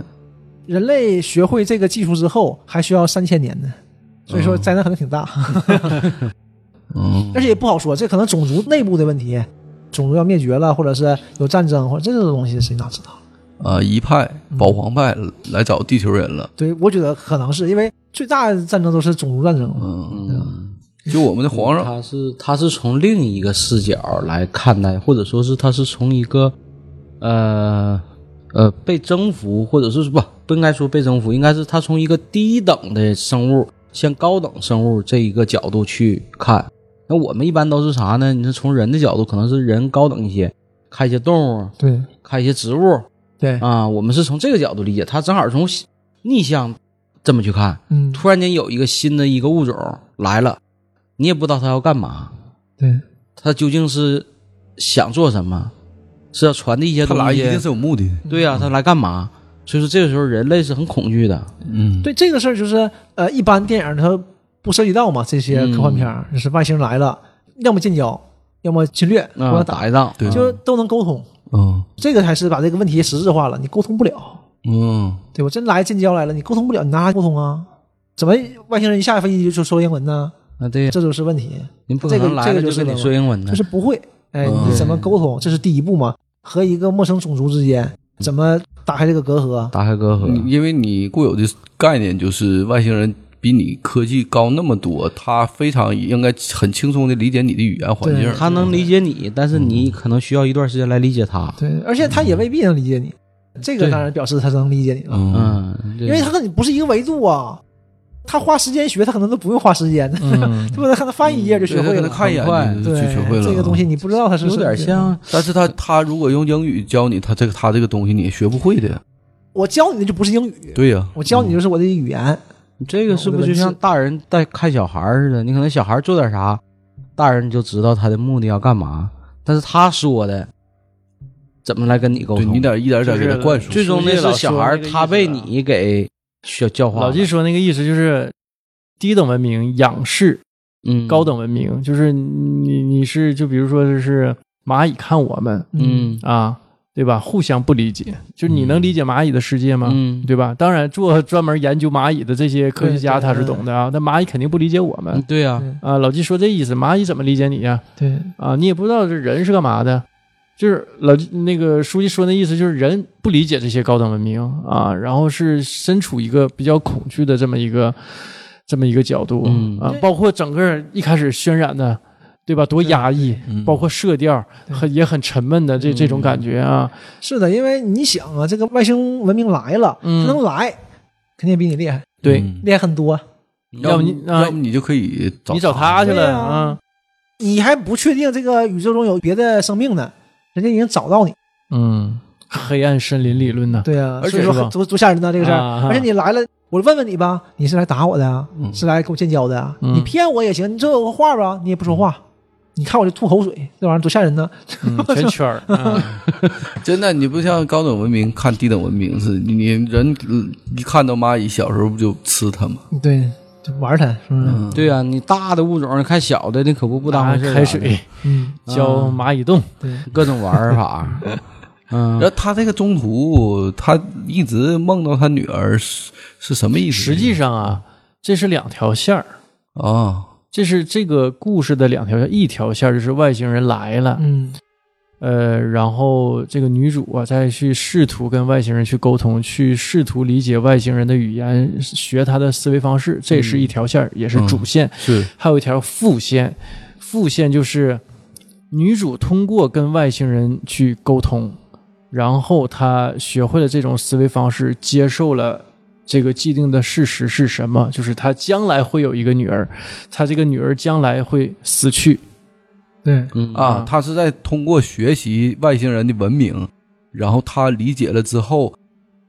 S2: 人类学会这个技术之后，还需要三千年呢，所以说灾难可能挺大，
S4: 嗯，
S2: 而且也不好说，这可能种族内部的问题，种族要灭绝了，或者是有战争，或者这种东西谁哪知道？
S4: 啊，一派
S2: 嗯
S4: 保皇派来找地球人了，
S2: 对，我觉得可能是因为最大的战争都是种族战争嘛，
S4: 嗯，就我们的
S2: 嗯
S4: 皇上，
S3: 他是他是从另一个视角来看待，或者说是他是从一个呃呃被征服，或者是不不应该说被征服，应该是他从一个低等的生物向高等生物这一个角度去看。那我们一般都是啥呢？你是从人的角度，可能是人高等一些，看一些动物，
S2: 对
S3: 看一些植物
S2: 对，
S3: 啊，我们是从这个角度理解。他正好从逆向这么去看，
S2: 嗯
S3: 突然间有一个新的一个物种来了，你也不知道它要干嘛，
S2: 对，
S3: 它究竟是想做什么，是要传递一些
S4: 他
S3: 东
S4: 来一
S3: 西？
S4: 定是嗯有目的，
S3: 对呀、它来干嘛？所以说这个时候人类是很恐惧的，
S4: 嗯，
S2: 对这个事儿就是呃，一般电影它不涉及到嘛，这些科幻片儿、就是外星人来了，要么建交，要么侵略，我
S3: 啊、
S2: 要打，
S3: 打一仗，
S4: 对
S2: 就都能沟通。
S4: 嗯
S2: 这个才是把这个问题实质化了，你沟通不了，
S4: 嗯，
S2: 对吧？真来建交来了，你沟通不了，你拿啥沟通啊？怎么外星人一下飞机就说英文呢？
S3: 啊对呀，
S2: 这就是问题，
S3: 你不可
S2: 这
S3: 能
S2: 个
S3: 来
S2: 这
S3: 了
S2: 个就
S3: 跟
S2: 是
S3: 你说英文的，
S2: 就是不会。哎，
S4: 嗯
S2: 你怎么沟通？这是第一步嘛？和一个陌生种族之间怎么打开这个隔阂？啊
S3: 打开隔阂。
S4: 你因为你固有的概念就是外星人比你科技高那么多，他非常应该很轻松的理解你的语言环境
S2: 对，
S3: 他能理解你，但是你
S4: 嗯
S3: 可能需要一段时间来理解他。
S2: 对，而且他也未必能理解你，这个
S3: 对
S2: 当然表示他能理解你了。
S4: 嗯，
S3: 嗯，因
S2: 因为他跟你不是一个维度啊。他花时间学，他可能都不用花时间，
S1: 嗯
S2: 对不对？他可能翻一页就学
S4: 对他
S2: 会
S4: 可
S2: 了
S4: 能。看一眼
S3: 很
S4: 就
S2: 对，
S4: 就学会了
S2: 这个东西，。你不知道他是
S3: 有点
S2: 什么
S3: 像
S4: 但是他他如果用英语教你，他这个他这个东西你也学不会的。
S2: 我教你的就不是英语，
S4: 对呀，嗯
S2: 我教你就是我的语言。
S3: 这个是不是就像大人带看小孩儿似的？你可能小孩儿做点啥，大人就知道他的目的要干嘛，但是他说的怎么来跟你沟
S4: 对
S3: 通？
S4: 你得一点一点给他灌输。嗯
S3: 最终那是小孩儿他被
S4: 啊
S3: 你给教教化了，
S1: 老纪说那个意思就是，低等文明仰视
S3: 嗯
S1: 高等文明，就是你你是就比如说是蚂蚁看我们
S3: 嗯
S1: 啊，对吧？互相不理解，就是你能理解蚂蚁的世界吗？
S3: 嗯
S1: 对吧？当然，做专门研究蚂蚁的这些科学家
S2: 对对
S1: 他是懂的啊，但蚂蚁肯定不理解我
S3: 嗯
S1: 们
S3: 对呀、
S1: 啊。老纪说这意思，蚂蚁怎么理解你呀、
S2: 对，
S1: 啊，你也不知道这人是干嘛的，就是老那个书记说那意思就是人不理解这些高等文明啊，然后是身处一个比较恐惧的这么一个这么一个角度、
S3: 嗯
S1: 啊
S2: 对，
S1: 包括整个一开始渲染的。对吧？多压抑，
S4: 嗯
S1: 包括色调
S2: 对
S1: 很也很沉闷的这这种感觉啊，
S2: 是的，因为你想啊，这个外星文明来了，
S1: 嗯
S2: 他能来，肯定比你厉害，
S1: 对，
S4: 嗯
S2: 厉害很多。
S1: 要不
S4: 不
S1: 你啊
S4: 要不你就可以
S1: 你找他去
S2: 对
S1: 了
S2: 啊
S1: 啊，
S2: 你还不确定这个宇宙中有别的生命呢，人家已经找到你。
S1: 嗯， 黑暗森林理论呢，
S2: 对啊，
S1: 而且
S2: 所以说
S1: 是吧
S2: 很多多吓人呐，这个事儿。
S1: 啊
S2: 而且你来了，我问问你吧，你是来打我的啊，
S4: 嗯
S2: 是来跟我建交的啊？
S1: 嗯
S2: 你骗我也行，你这有个话吧，你也不说话，你看我就吐口水，这玩意儿多吓人呢。
S1: 嗯全圈 儿，啊
S4: 真的，你不像高等文明看低等文明似的，你你人嗯一看到蚂蚁，小时候不就吃它吗？
S2: 对，就玩它，是不是？
S4: 嗯，
S3: 对呀、啊你大的物种你看小的，你可不不当
S1: 拿
S3: 回事儿
S1: 开
S3: 啊
S1: 水
S2: 嗯，
S1: 教蚂蚁洞，
S3: 各种玩儿法， 嗯
S4: 然，后他这个中途，他一直梦到他女儿是是什么意思？
S1: 实际上啊，这是两条线儿，
S4: 啊，
S1: 这是这个故事的两条线，一条线就是外星人来了，
S2: 嗯，
S1: 呃，然后这个女主啊再去试图跟外星人去沟通，去试图理解外星人的语言，学他的思维方式，这是一条线儿，也是主线，
S4: 是
S1: 还有一条副线，副线就是女主通过跟外星人去沟通，然后她学会了这种思维方式，接受了。这个既定的事实是什么？就是她将来会有一个女儿，她这个女儿将来会死去。
S2: 对，
S3: 嗯
S4: 啊，他是在通过学习外星人的文明，然后他理解了之后，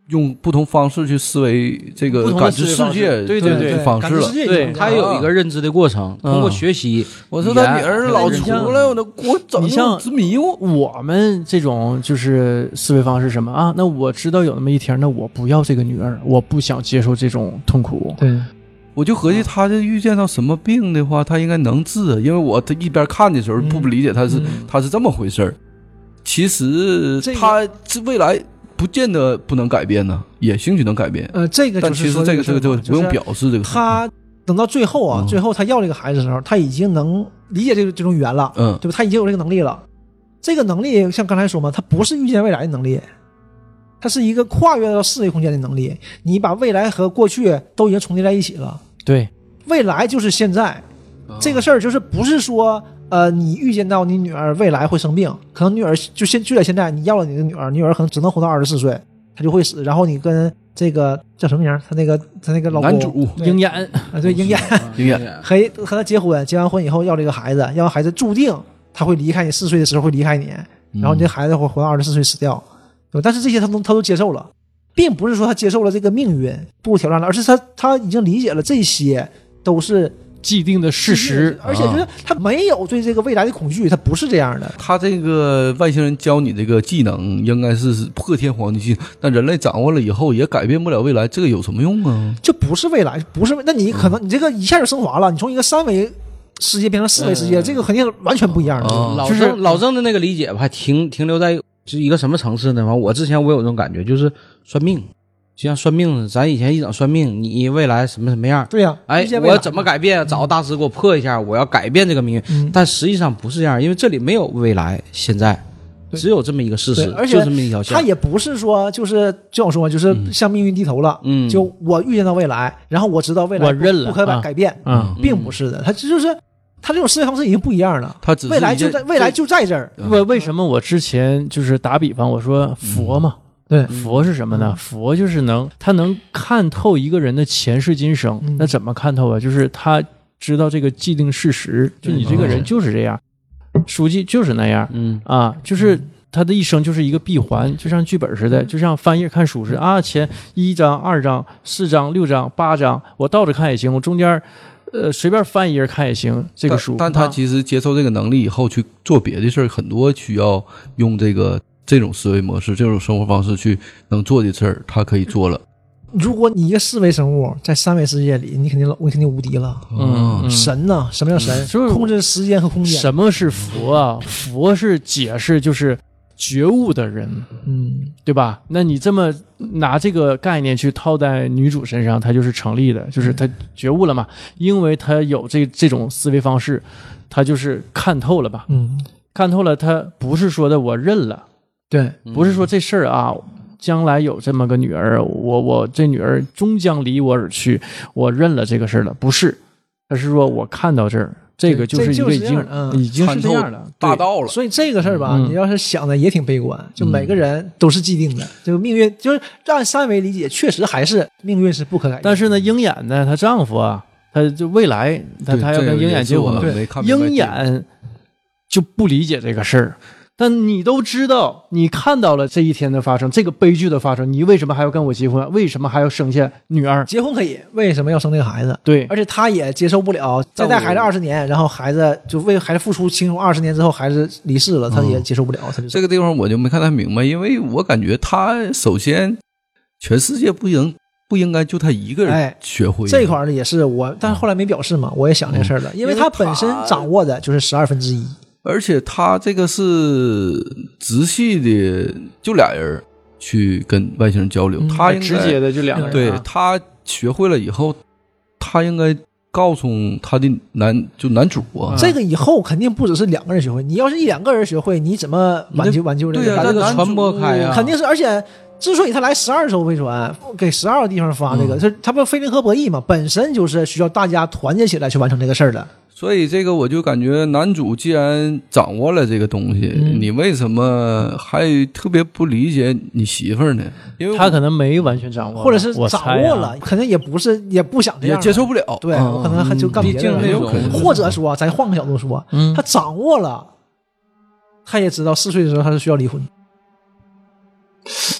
S4: 用不同方式去思维这
S2: 不
S4: 个
S2: 同的
S4: 感
S2: 思
S4: 知
S2: 维
S4: 世
S2: 方式
S4: 界的
S3: 对对对
S4: 方式
S2: 感知
S4: 了
S2: 世。界
S3: 对
S2: 也不一样
S3: 他有一个认知的过程，通
S1: 嗯
S3: 过学习。
S4: 我说
S3: 语言
S4: 他名儿老出来，我都我整
S1: 你像
S4: 我直迷糊。
S1: 我们这种就是思维方式是什么啊？那我知道有那么一天，那我不要这个女儿，我不想接受这种痛苦。
S2: 对，
S4: 我就
S2: 啊
S4: 合计，他这遇见到什么病的话，他应该能治，啊因为我他一边看的时候
S2: 嗯
S4: 不理解他是、
S2: 嗯
S4: 他是这么回事儿。其实
S2: 这个
S4: 他这未来不见得不能改变呢，也兴许能改变。
S2: 呃，这个
S4: 但
S2: 就
S4: 其
S2: 是
S4: 实
S2: 说
S4: 这个这个
S2: 事
S4: 这
S2: 儿
S4: 个
S2: 嘛
S4: 不用，表示这个
S2: 就是他等到最后啊，
S4: 嗯
S2: 最后他要这个孩子的时候，他已经能理解这个这种语言了，
S4: 嗯
S2: 对吧？他已经有这个能力了。这个能力像刚才说嘛，它不是预见未来的能力，它是一个跨越到四维空间的能力。你把未来和过去都已经重叠在一起了，
S1: 对，
S2: 未来就是现在，
S4: 啊
S2: 这个事儿就是不是说呃，你预见到你女儿未来会生病，可能女儿就现就在现在，你要了你的女儿，女儿可能只能活到二十四岁，她就会死。然后你跟这个叫什么名儿？她那个她那个老公
S4: 男主
S2: 对
S1: 鹰眼
S2: 啊，对鹰眼，
S3: 嗯
S4: 鹰眼
S2: 和和他结婚，结完婚以后要这个孩子，要孩子注定他会离开你，四岁的时候会离开你，
S3: 嗯
S1: 嗯
S2: 然后你这孩子会活到二十四岁死掉，对吧但是这些他都他都接受了，并不是说他接受了这个命运不挑战了，而是他他已经理解了这些都是
S1: 既定的事实，
S2: 而
S3: 啊
S2: 且就是他没有对这个未来的恐惧，他不是这样的。
S4: 他这个外星人教你这个技能，应该是破天荒的技能，但人类掌握了以后也改变不了未来，这个有什么用啊？
S2: 就不是未来，不是未。那你可
S3: 嗯
S2: 能你这个一下就升华了，你从一个三维世界变成四维世界，
S3: 嗯
S2: 这个肯定完全不一样的。
S4: 啊
S3: 老
S1: 就是
S3: 郑老郑的那个理解吧，还停停留在是一个什么层次呢？完，我之前我有这种感觉，就是算命，就像算命似的，咱以前一整算命，你未来什么什么样？
S2: 对呀、
S3: 哎
S2: 预见，未
S3: 我
S2: 来
S3: 要怎么？改变？找个大师给我破一下，我要改变这个命运。
S2: 嗯，
S3: 但实际上不是这样，因为这里没有未来，现在
S2: 对
S3: 只有这么一个事实
S2: 对，而且
S3: 就这么一条线
S2: 他。也不是说就是就像我说嘛，就是向命运低头了。
S3: 嗯，
S2: 就我预见到未来，然后我知道未来
S1: 我认
S2: 不
S1: 了
S2: 不可
S1: 啊
S2: 改变，
S4: 嗯
S1: 啊，
S2: 并不是的。他这就是他这种思维方式已经不一样了。
S4: 他只是
S2: 未来
S4: 一件
S2: 就在未来就在这儿。
S4: 嗯
S1: 为、为什么我之前就是打比方，我说佛嘛，
S4: 嗯
S2: 对
S1: 佛是什么呢？佛就是能他能看透一个人的前世今生，
S2: 嗯
S1: 那怎么看透啊？就是他知道这个既定事实，就
S2: 对
S1: 你这个人就是这样，书记就是那样
S3: 嗯，
S1: 啊，就是。他的一生就是一个闭环，就像剧本似
S4: 嗯
S1: 的，就像翻页看书似的啊。前一章、二章、四章、六章、八章，我倒着看也行，我中间，呃，随便翻一页看也行。这个书，
S4: 但但他
S1: 啊
S4: 其实接受这个能力以后去做别的事儿，很多需要用这个这种思维模式、这种生活方式去能做的事儿，他可以做了。
S2: 如果你一个四维生物在三维世界里，你肯定我肯定无敌了。
S4: 哦啊
S1: 嗯，嗯嗯
S2: 神呐、什么叫神？
S1: 就是
S2: 控制时间和空间。
S1: 什么是佛啊？佛是解释，就是觉悟的人，
S2: 嗯，
S1: 对吧？那你这么拿这个概念去套在女主身上，她就是成立的，就是她觉悟了嘛，因为她有这这种思维方式，她就是看透了吧？
S2: 嗯，
S1: 看透了，她不是说的我认了，
S2: 对，
S1: 不是说这事儿啊。将来有这么个女儿，我我这女儿终将离我而去，我认了这个事儿了，不是，而是说我看到这儿，这个就是一
S2: 这
S1: 个
S2: 就是
S1: 已
S2: 这样
S1: 经、
S2: 嗯
S1: 已经是这样
S4: 参
S1: 了
S4: 透，大道了。
S2: 所以这个事儿吧，
S1: 嗯
S2: 你要是想的也挺悲观，就每个人都是既定的，就命运就是按三维理解，确实还是命运是不可改变的。
S1: 但是呢，鹰眼呢，她丈夫啊，她就未来，她
S4: 对
S1: 她要
S4: 这个
S1: 跟鹰眼
S4: 也是
S1: 结婚
S4: 我
S1: 嘛，
S4: 没看明白
S1: 鹰眼就不理解这个事儿。但你都知道，你看到了这一天的发生，这个悲剧的发生，你为什么还要跟我结婚？为什么还要生下女儿？
S2: 结婚可以，为什么要生这个孩子？
S1: 对
S2: 而且他也接受不了再带孩子二十年，然后孩子就为孩子付出亲情二十年之后，孩子离世了，他也接受不了，他就
S4: 这个地方我就没看太明白，因为我感觉他首先全世界不应不应该就他一个人
S2: 哎
S4: 学会、
S2: 这块儿呢也是我，但是后来没表示嘛，我也想这事儿了，因为他本身掌握的就是十二分之一，
S4: 而且他这个是直系的，就俩人儿去跟外星人交流，
S2: 嗯
S4: 他应
S1: 直
S4: 该
S1: 接的就两个人、啊，
S4: 对他学会了以后，他应该告诉他的男就男主啊，
S2: 这个以后肯定不只是两个人学会，你要是一两个人学会，你怎么挽救挽救这
S4: 对
S2: 个
S4: 呀、
S3: 把
S2: 孩
S3: 这
S2: 子？
S4: 那
S3: 个
S4: 男主
S3: 传播开啊
S2: 嗯肯定是，而且之所以他来十二艘飞船，给十二个地方发这个，
S4: 嗯
S2: 这他不非零和博弈嘛，本身就是需要大家团结起来去完成这个事儿的。
S4: 所以这个我就感觉男主既然掌握了这个东西，
S2: 嗯
S4: 你为什么还特别不理解你媳妇儿呢？因为
S1: 他可能没完全掌握吧，
S2: 或者是
S1: 我猜
S2: 掌
S1: 啊
S2: 握了，，肯定也不是也不想这
S4: 也
S2: 样，
S4: 接受不了，
S2: 对啊
S4: 嗯
S2: 我可能还就干别
S3: 毕竟
S2: 的
S3: 那
S4: 有
S3: 种
S4: 可能
S2: 或者说，咱换个角度说，
S1: 嗯
S2: 他掌握了，他也知道四岁的时候他是需要离婚，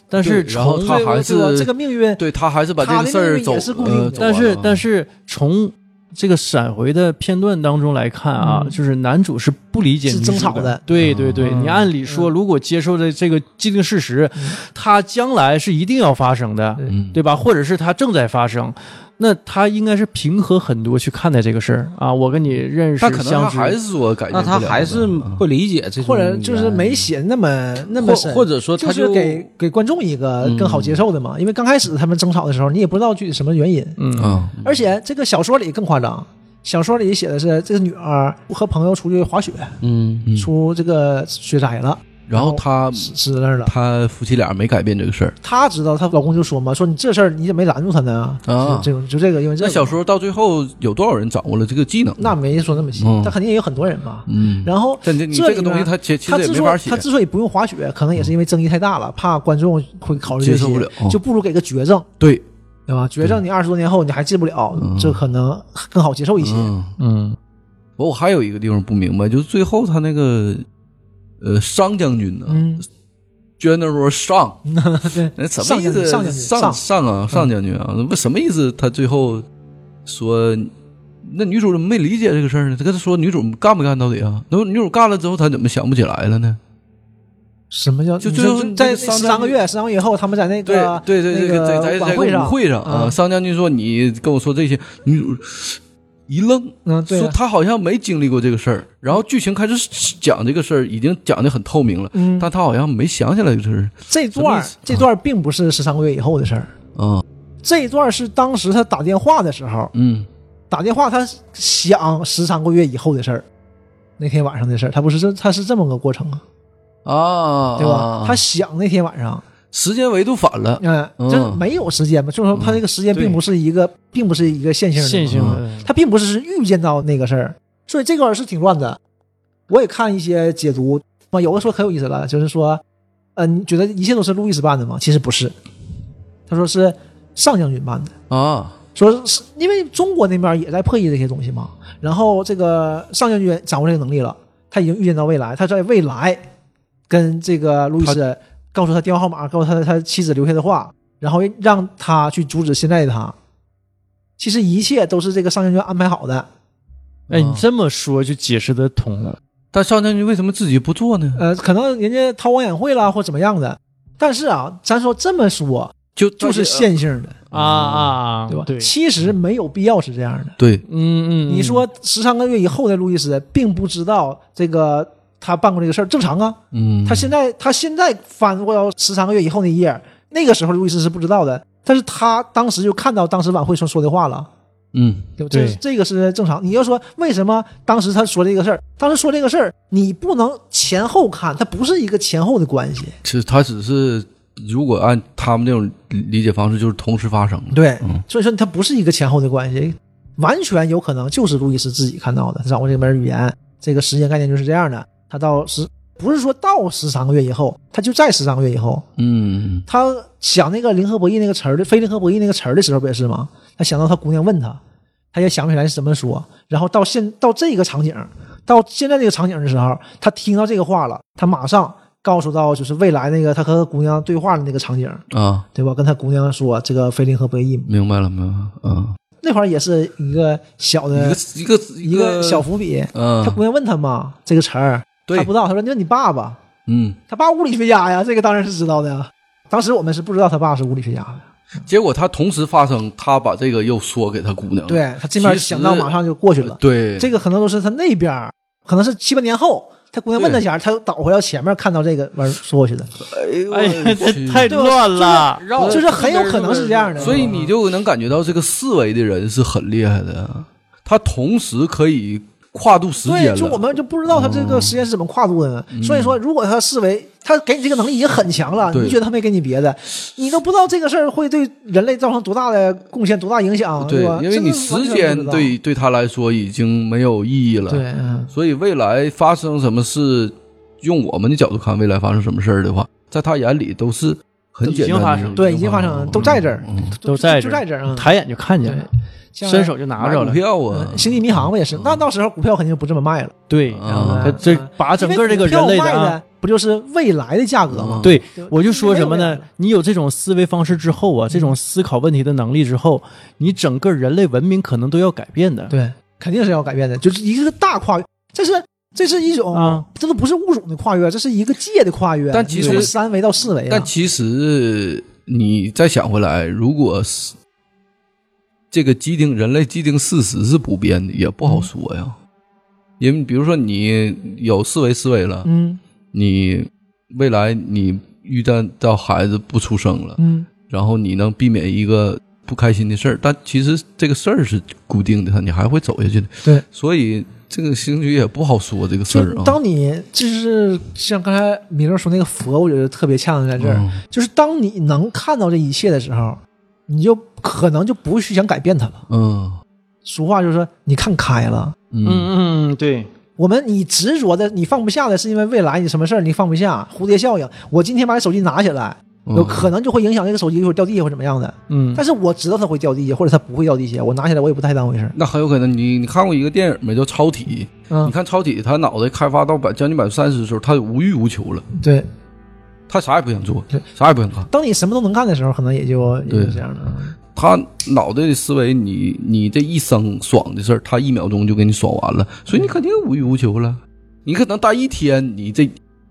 S1: 但是
S4: 对然后
S1: 从
S4: 他
S2: 对
S4: 还
S2: 我对我
S4: 是
S2: 这个命运，
S4: 对他还是把这
S2: 他
S4: 个
S2: 的
S4: 事儿
S2: 命运
S4: 走
S2: 也是固定的
S4: 呃走
S1: 但
S4: 完了
S1: 是但是从这个闪回的片段当中来看啊，
S2: 嗯
S1: 就是男主是不理解
S2: 是
S1: 女主
S2: 争吵的
S1: 对对对，
S2: 嗯
S1: 你按理说，
S2: 嗯
S1: 如果接受了这个既定事实，它将来是一定要发生的，
S2: 对
S4: 嗯
S1: 对吧？或者是它正在发生，那他应该是平和很多去看待这个事儿啊。我跟你认识
S4: 但可能
S1: 相
S4: 他
S1: 知，
S4: 还是说改变
S3: 那
S4: 不
S3: 他
S4: 了的
S3: 还是不理解这种语言，
S2: 或者就是没写那么那么
S3: 或
S2: 深，
S3: 或者说
S2: 就
S3: 他
S2: 是给给观众一个更好接受的嘛。因为刚开始他们争吵的时候，你也不知道具体什么原因。
S1: 嗯
S4: 啊，
S2: 而且这个小说里更夸张，小说里写的是这个女儿和朋友出去滑雪，
S3: 嗯
S4: 嗯
S2: 出这个雪灾了，
S4: 然后他
S2: 死死那儿了。
S4: 他夫妻俩没改变这个事儿。
S2: 她知道，她老公就说嘛，说你这事儿你怎么没拦住她呢？
S4: 啊
S2: 就这种就这个，因为这
S4: 那
S2: 个
S4: 小说到最后有多少人掌握了这个技能？
S2: 那没说那么细
S4: 嗯，
S2: 但肯定也有很多人吧。
S4: 嗯，
S2: 然后
S4: 但这你
S2: 这
S4: 这
S2: 里
S4: 个东西
S2: 面
S4: 它其其
S2: 他
S4: 实也
S2: 之
S4: 没
S2: 所
S4: 法
S2: 以
S4: 写嗯
S2: 他，之所以不用滑雪，可能也是因为争议太大了，怕观众会考虑这
S4: 接
S2: 些
S4: 受不了嗯
S2: 就不如给个绝症，
S4: 对，
S2: 对吧？绝症你二十多年后你还治不了
S4: 嗯，
S2: 这可能更好接受一些。
S4: 嗯，
S1: 嗯
S4: 我我还有一个地方不明白，就是最后他那个呃商将军呢，
S2: 嗯，
S4: 捐的时候上，
S2: 对，
S4: 那什
S2: 上
S4: 么意思？
S2: 将军上将军嗯
S4: 上上啊，上将军啊，那不什么意思？他最后说，那女主怎么没理解这个事儿呢？他跟他说女主干不干到底啊？那女主干了之后，他怎么想不起来了呢？
S2: 什么叫
S4: 就
S2: 你
S4: 最后
S2: 说
S4: 那
S2: 在
S4: 个商
S2: 三
S4: 战
S2: 个月，三个月后他们在那
S4: 对
S2: 个
S4: 对对，
S2: 那
S4: 这在在
S2: 晚
S4: 在个
S2: 上
S4: 舞会上啊，
S2: 嗯
S4: 商将军说你跟我说这些，女主一愣，
S2: 嗯，对
S4: 说
S2: 啊，
S4: 他好像没经历过这个事儿，然后剧情开始讲这个事儿，已经讲的很透明了，
S2: 嗯
S4: 但他好像没想起来这个事儿
S2: 这
S4: 什么
S2: 段
S4: 意
S2: 儿
S4: 思
S2: 这段儿并不是十三个月以后的事儿，
S4: 啊，
S2: 这段儿是当时他打电话的时候，
S4: 嗯
S2: 打电话他想十三个月以后的事儿，那天晚上的事儿，他不是这他是这么个过程啊，
S4: 啊，
S2: 对吧？
S4: 啊
S2: 他想那天晚上，
S4: 时间维度反了，
S2: 嗯，
S4: 嗯
S2: 就是没有时间嘛，就是说他这个时间并不是一个，并不是一个线性的嘛，
S1: 线性的，
S2: 他并不是是预见到那个事儿，所以这块儿是挺乱的。我也看一些解读，嘛，有的说可有意思了，就是说，呃，你觉得一切都是路易斯办的吗？其实不是，他说是上将军办的。
S4: 啊，
S2: 说是因为中国那边也在破译这些东西嘛，然后这个上将军掌握这个能力了，他已经预见到未来，他在未来跟这个路易斯告诉他电话号码，告诉他他妻子留下的话，然后让他去阻止现在的他。其实一切都是这个上将军安排好的，
S1: 哎，你这么说就解释得通了。
S4: 但上将军为什么自己不做呢？
S2: 呃，可能人家韬光养晦啦或怎么样的。但是啊，咱说这么说
S4: 就
S2: 就是线性的，
S1: 啊啊，
S2: 呃对吧？
S1: 对，
S2: 其实没有必要是这样的。
S4: 对，
S1: 嗯嗯，
S2: 你说十三个月以后的路易斯并不知道这个他办过这个事儿，正常啊。
S4: 嗯，
S2: 他现在他现在翻过十三个月以后那一页，那个时候路易斯是不知道的，但是他当时就看到当时晚会说说的话了。
S4: 嗯
S2: 对吧？这
S1: 对
S2: 这个是正常。你要说为什么当时他说这个事儿，当时说这个事儿，你不能前后看，它不是一个前后的关系。
S4: 其实他只是如果按他们这种理解方式，就是同时发生的，
S2: 对
S4: 嗯，
S2: 所以说它不是一个前后的关系，完全有可能就是路易斯自己看到的，他掌握这门语言，这个时间概念就是这样的。他到十，不是说到十三个月以后，他就在十三个月以后，
S4: 嗯
S2: 他想那个零和博弈那个词儿的非零和博弈那个词儿的时候，不也是吗？他想到他姑娘问他，他也想不起来是怎么说。然后到现到这个场景，到现在这个场景的时候，他听到这个话了，他马上告诉到就是未来那个他和姑娘对话的那个场景，
S4: 啊，
S2: 对吧？跟他姑娘说这个非零和博弈嘛
S4: 明白了，明白了，嗯，
S2: 那会儿也是一个小的
S4: 一个
S2: 一
S4: 一个
S2: 个小，伏笔。
S4: 嗯
S2: 他，姑娘问他嘛，这个词儿，
S4: 对
S2: 他不知道。他说：“那你爸爸，
S4: 嗯，
S2: 他爸物理学家呀，这个当然是知道的呀。当时我们是不知道他爸是物理学家的。
S4: 结果他同时发生，他把这个又说给他姑娘了，
S2: 对他这边想到马上就过去了。
S4: 呃对，
S2: 这个可能都是他那边儿，可能是七八年后，他姑娘问他前儿，他倒回到前面看到这个玩意儿说过去的，
S1: 哎呀，这太
S2: 对吧
S1: 乱了。
S3: 绕
S2: 就是很有可能是这样的。
S4: 所以你就能感觉到这个思维的人是很厉害的，他同时可以跨度时间
S2: 对，
S4: 了。嗯
S2: 就我们就不知道他这个时间是怎么跨度的呢。所以说，如果他思维他给你这个能力已经很强了，
S4: 对
S2: 你觉得他没给你别的，你都不知道这个事儿会对人类造成多大的贡献、多大影响，
S4: 对
S2: 吧？，
S4: 因为你时间
S2: 真的完全不知道
S4: 对对他来说已经没有意义了。
S2: 对，，嗯
S4: 所以未来发生什么事，用我们的角度看，未来发生什么事儿的话，在他眼里都是很简单的事儿
S2: 对已经发生了都在这儿
S4: 嗯嗯
S1: 都在
S2: 就
S1: 这儿
S2: 就在这儿啊。
S1: 抬眼就看见
S2: 对
S1: 了，，
S2: 像
S1: 伸手就拿着
S4: 买
S1: 了
S4: 股。票啊
S2: 嗯，星际迷航吧也是，那到时候股票肯定就不这么卖了。
S1: 对，嗯
S4: 啊
S1: 他这把整个这个人类
S2: 嗯因为股票卖
S1: 啊
S2: 的，不就是未来的价格吗？
S4: 嗯
S1: 对
S2: 对，
S1: 我就说什么
S2: 没有
S1: 呢
S2: 人嗯了？
S1: 你有这种思维方式之后啊，这种思考问题的能力之后，你整个人类文明可能都要改变的。
S2: 对，肯定是要改变的，就是一个大跨越，这是这是一种，
S1: 啊，
S2: 这都不是物种的跨越，这是一个界的跨越。
S4: 但其实
S2: 从三维到四维、啊，
S4: 但其实你再想回来，如果是这个既定人类既定事实是不变的，也不好说呀。因为比如说你有四维思维了，
S2: 嗯
S4: 你未来你遇到到孩子不出生了，
S2: 嗯，
S4: 然后你能避免一个不开心的事儿，但其实这个事儿是固定的，你还会走下去的。
S2: 对，
S4: 所以这个兴许也不好说这个事
S2: 就
S4: 儿啊。
S2: 嗯当你就是像刚才米勒说那个佛，我觉得特别恰当在这儿，
S4: 嗯
S2: 就是当你能看到这一切的时候，你就可能就不会去想改变它了。
S4: 嗯
S2: 俗话就是说，你看开了。
S4: 嗯
S1: 嗯嗯，对，
S2: 我们你执着的，你放不下的是因为未来你什么事儿你放不下，蝴蝶效应。我今天把手机拿起来，
S4: 嗯
S2: 有可能就会影响这个手机一会儿掉地下或者怎么样的。
S1: 嗯
S2: 但是我知道它会掉地下，或者它不会掉地下，我拿起来我也不太当回事儿。
S4: 那很有可能你你看过一个电影没？叫《超体》。
S2: 嗯
S4: 你，看超体，他脑袋开发到百将近百分之三十的时候，他无欲无求了，
S2: 对，
S4: 他啥也不想做
S2: 对，
S4: 啥也不想干。
S2: 当你什么都能干的时候，可能也就也就
S4: 对
S2: 这样了。嗯
S4: 他脑袋的思维，你你这一生爽的事儿，他一秒钟就给你爽完了，所以你肯定无欲无求了。你可能待一天，你这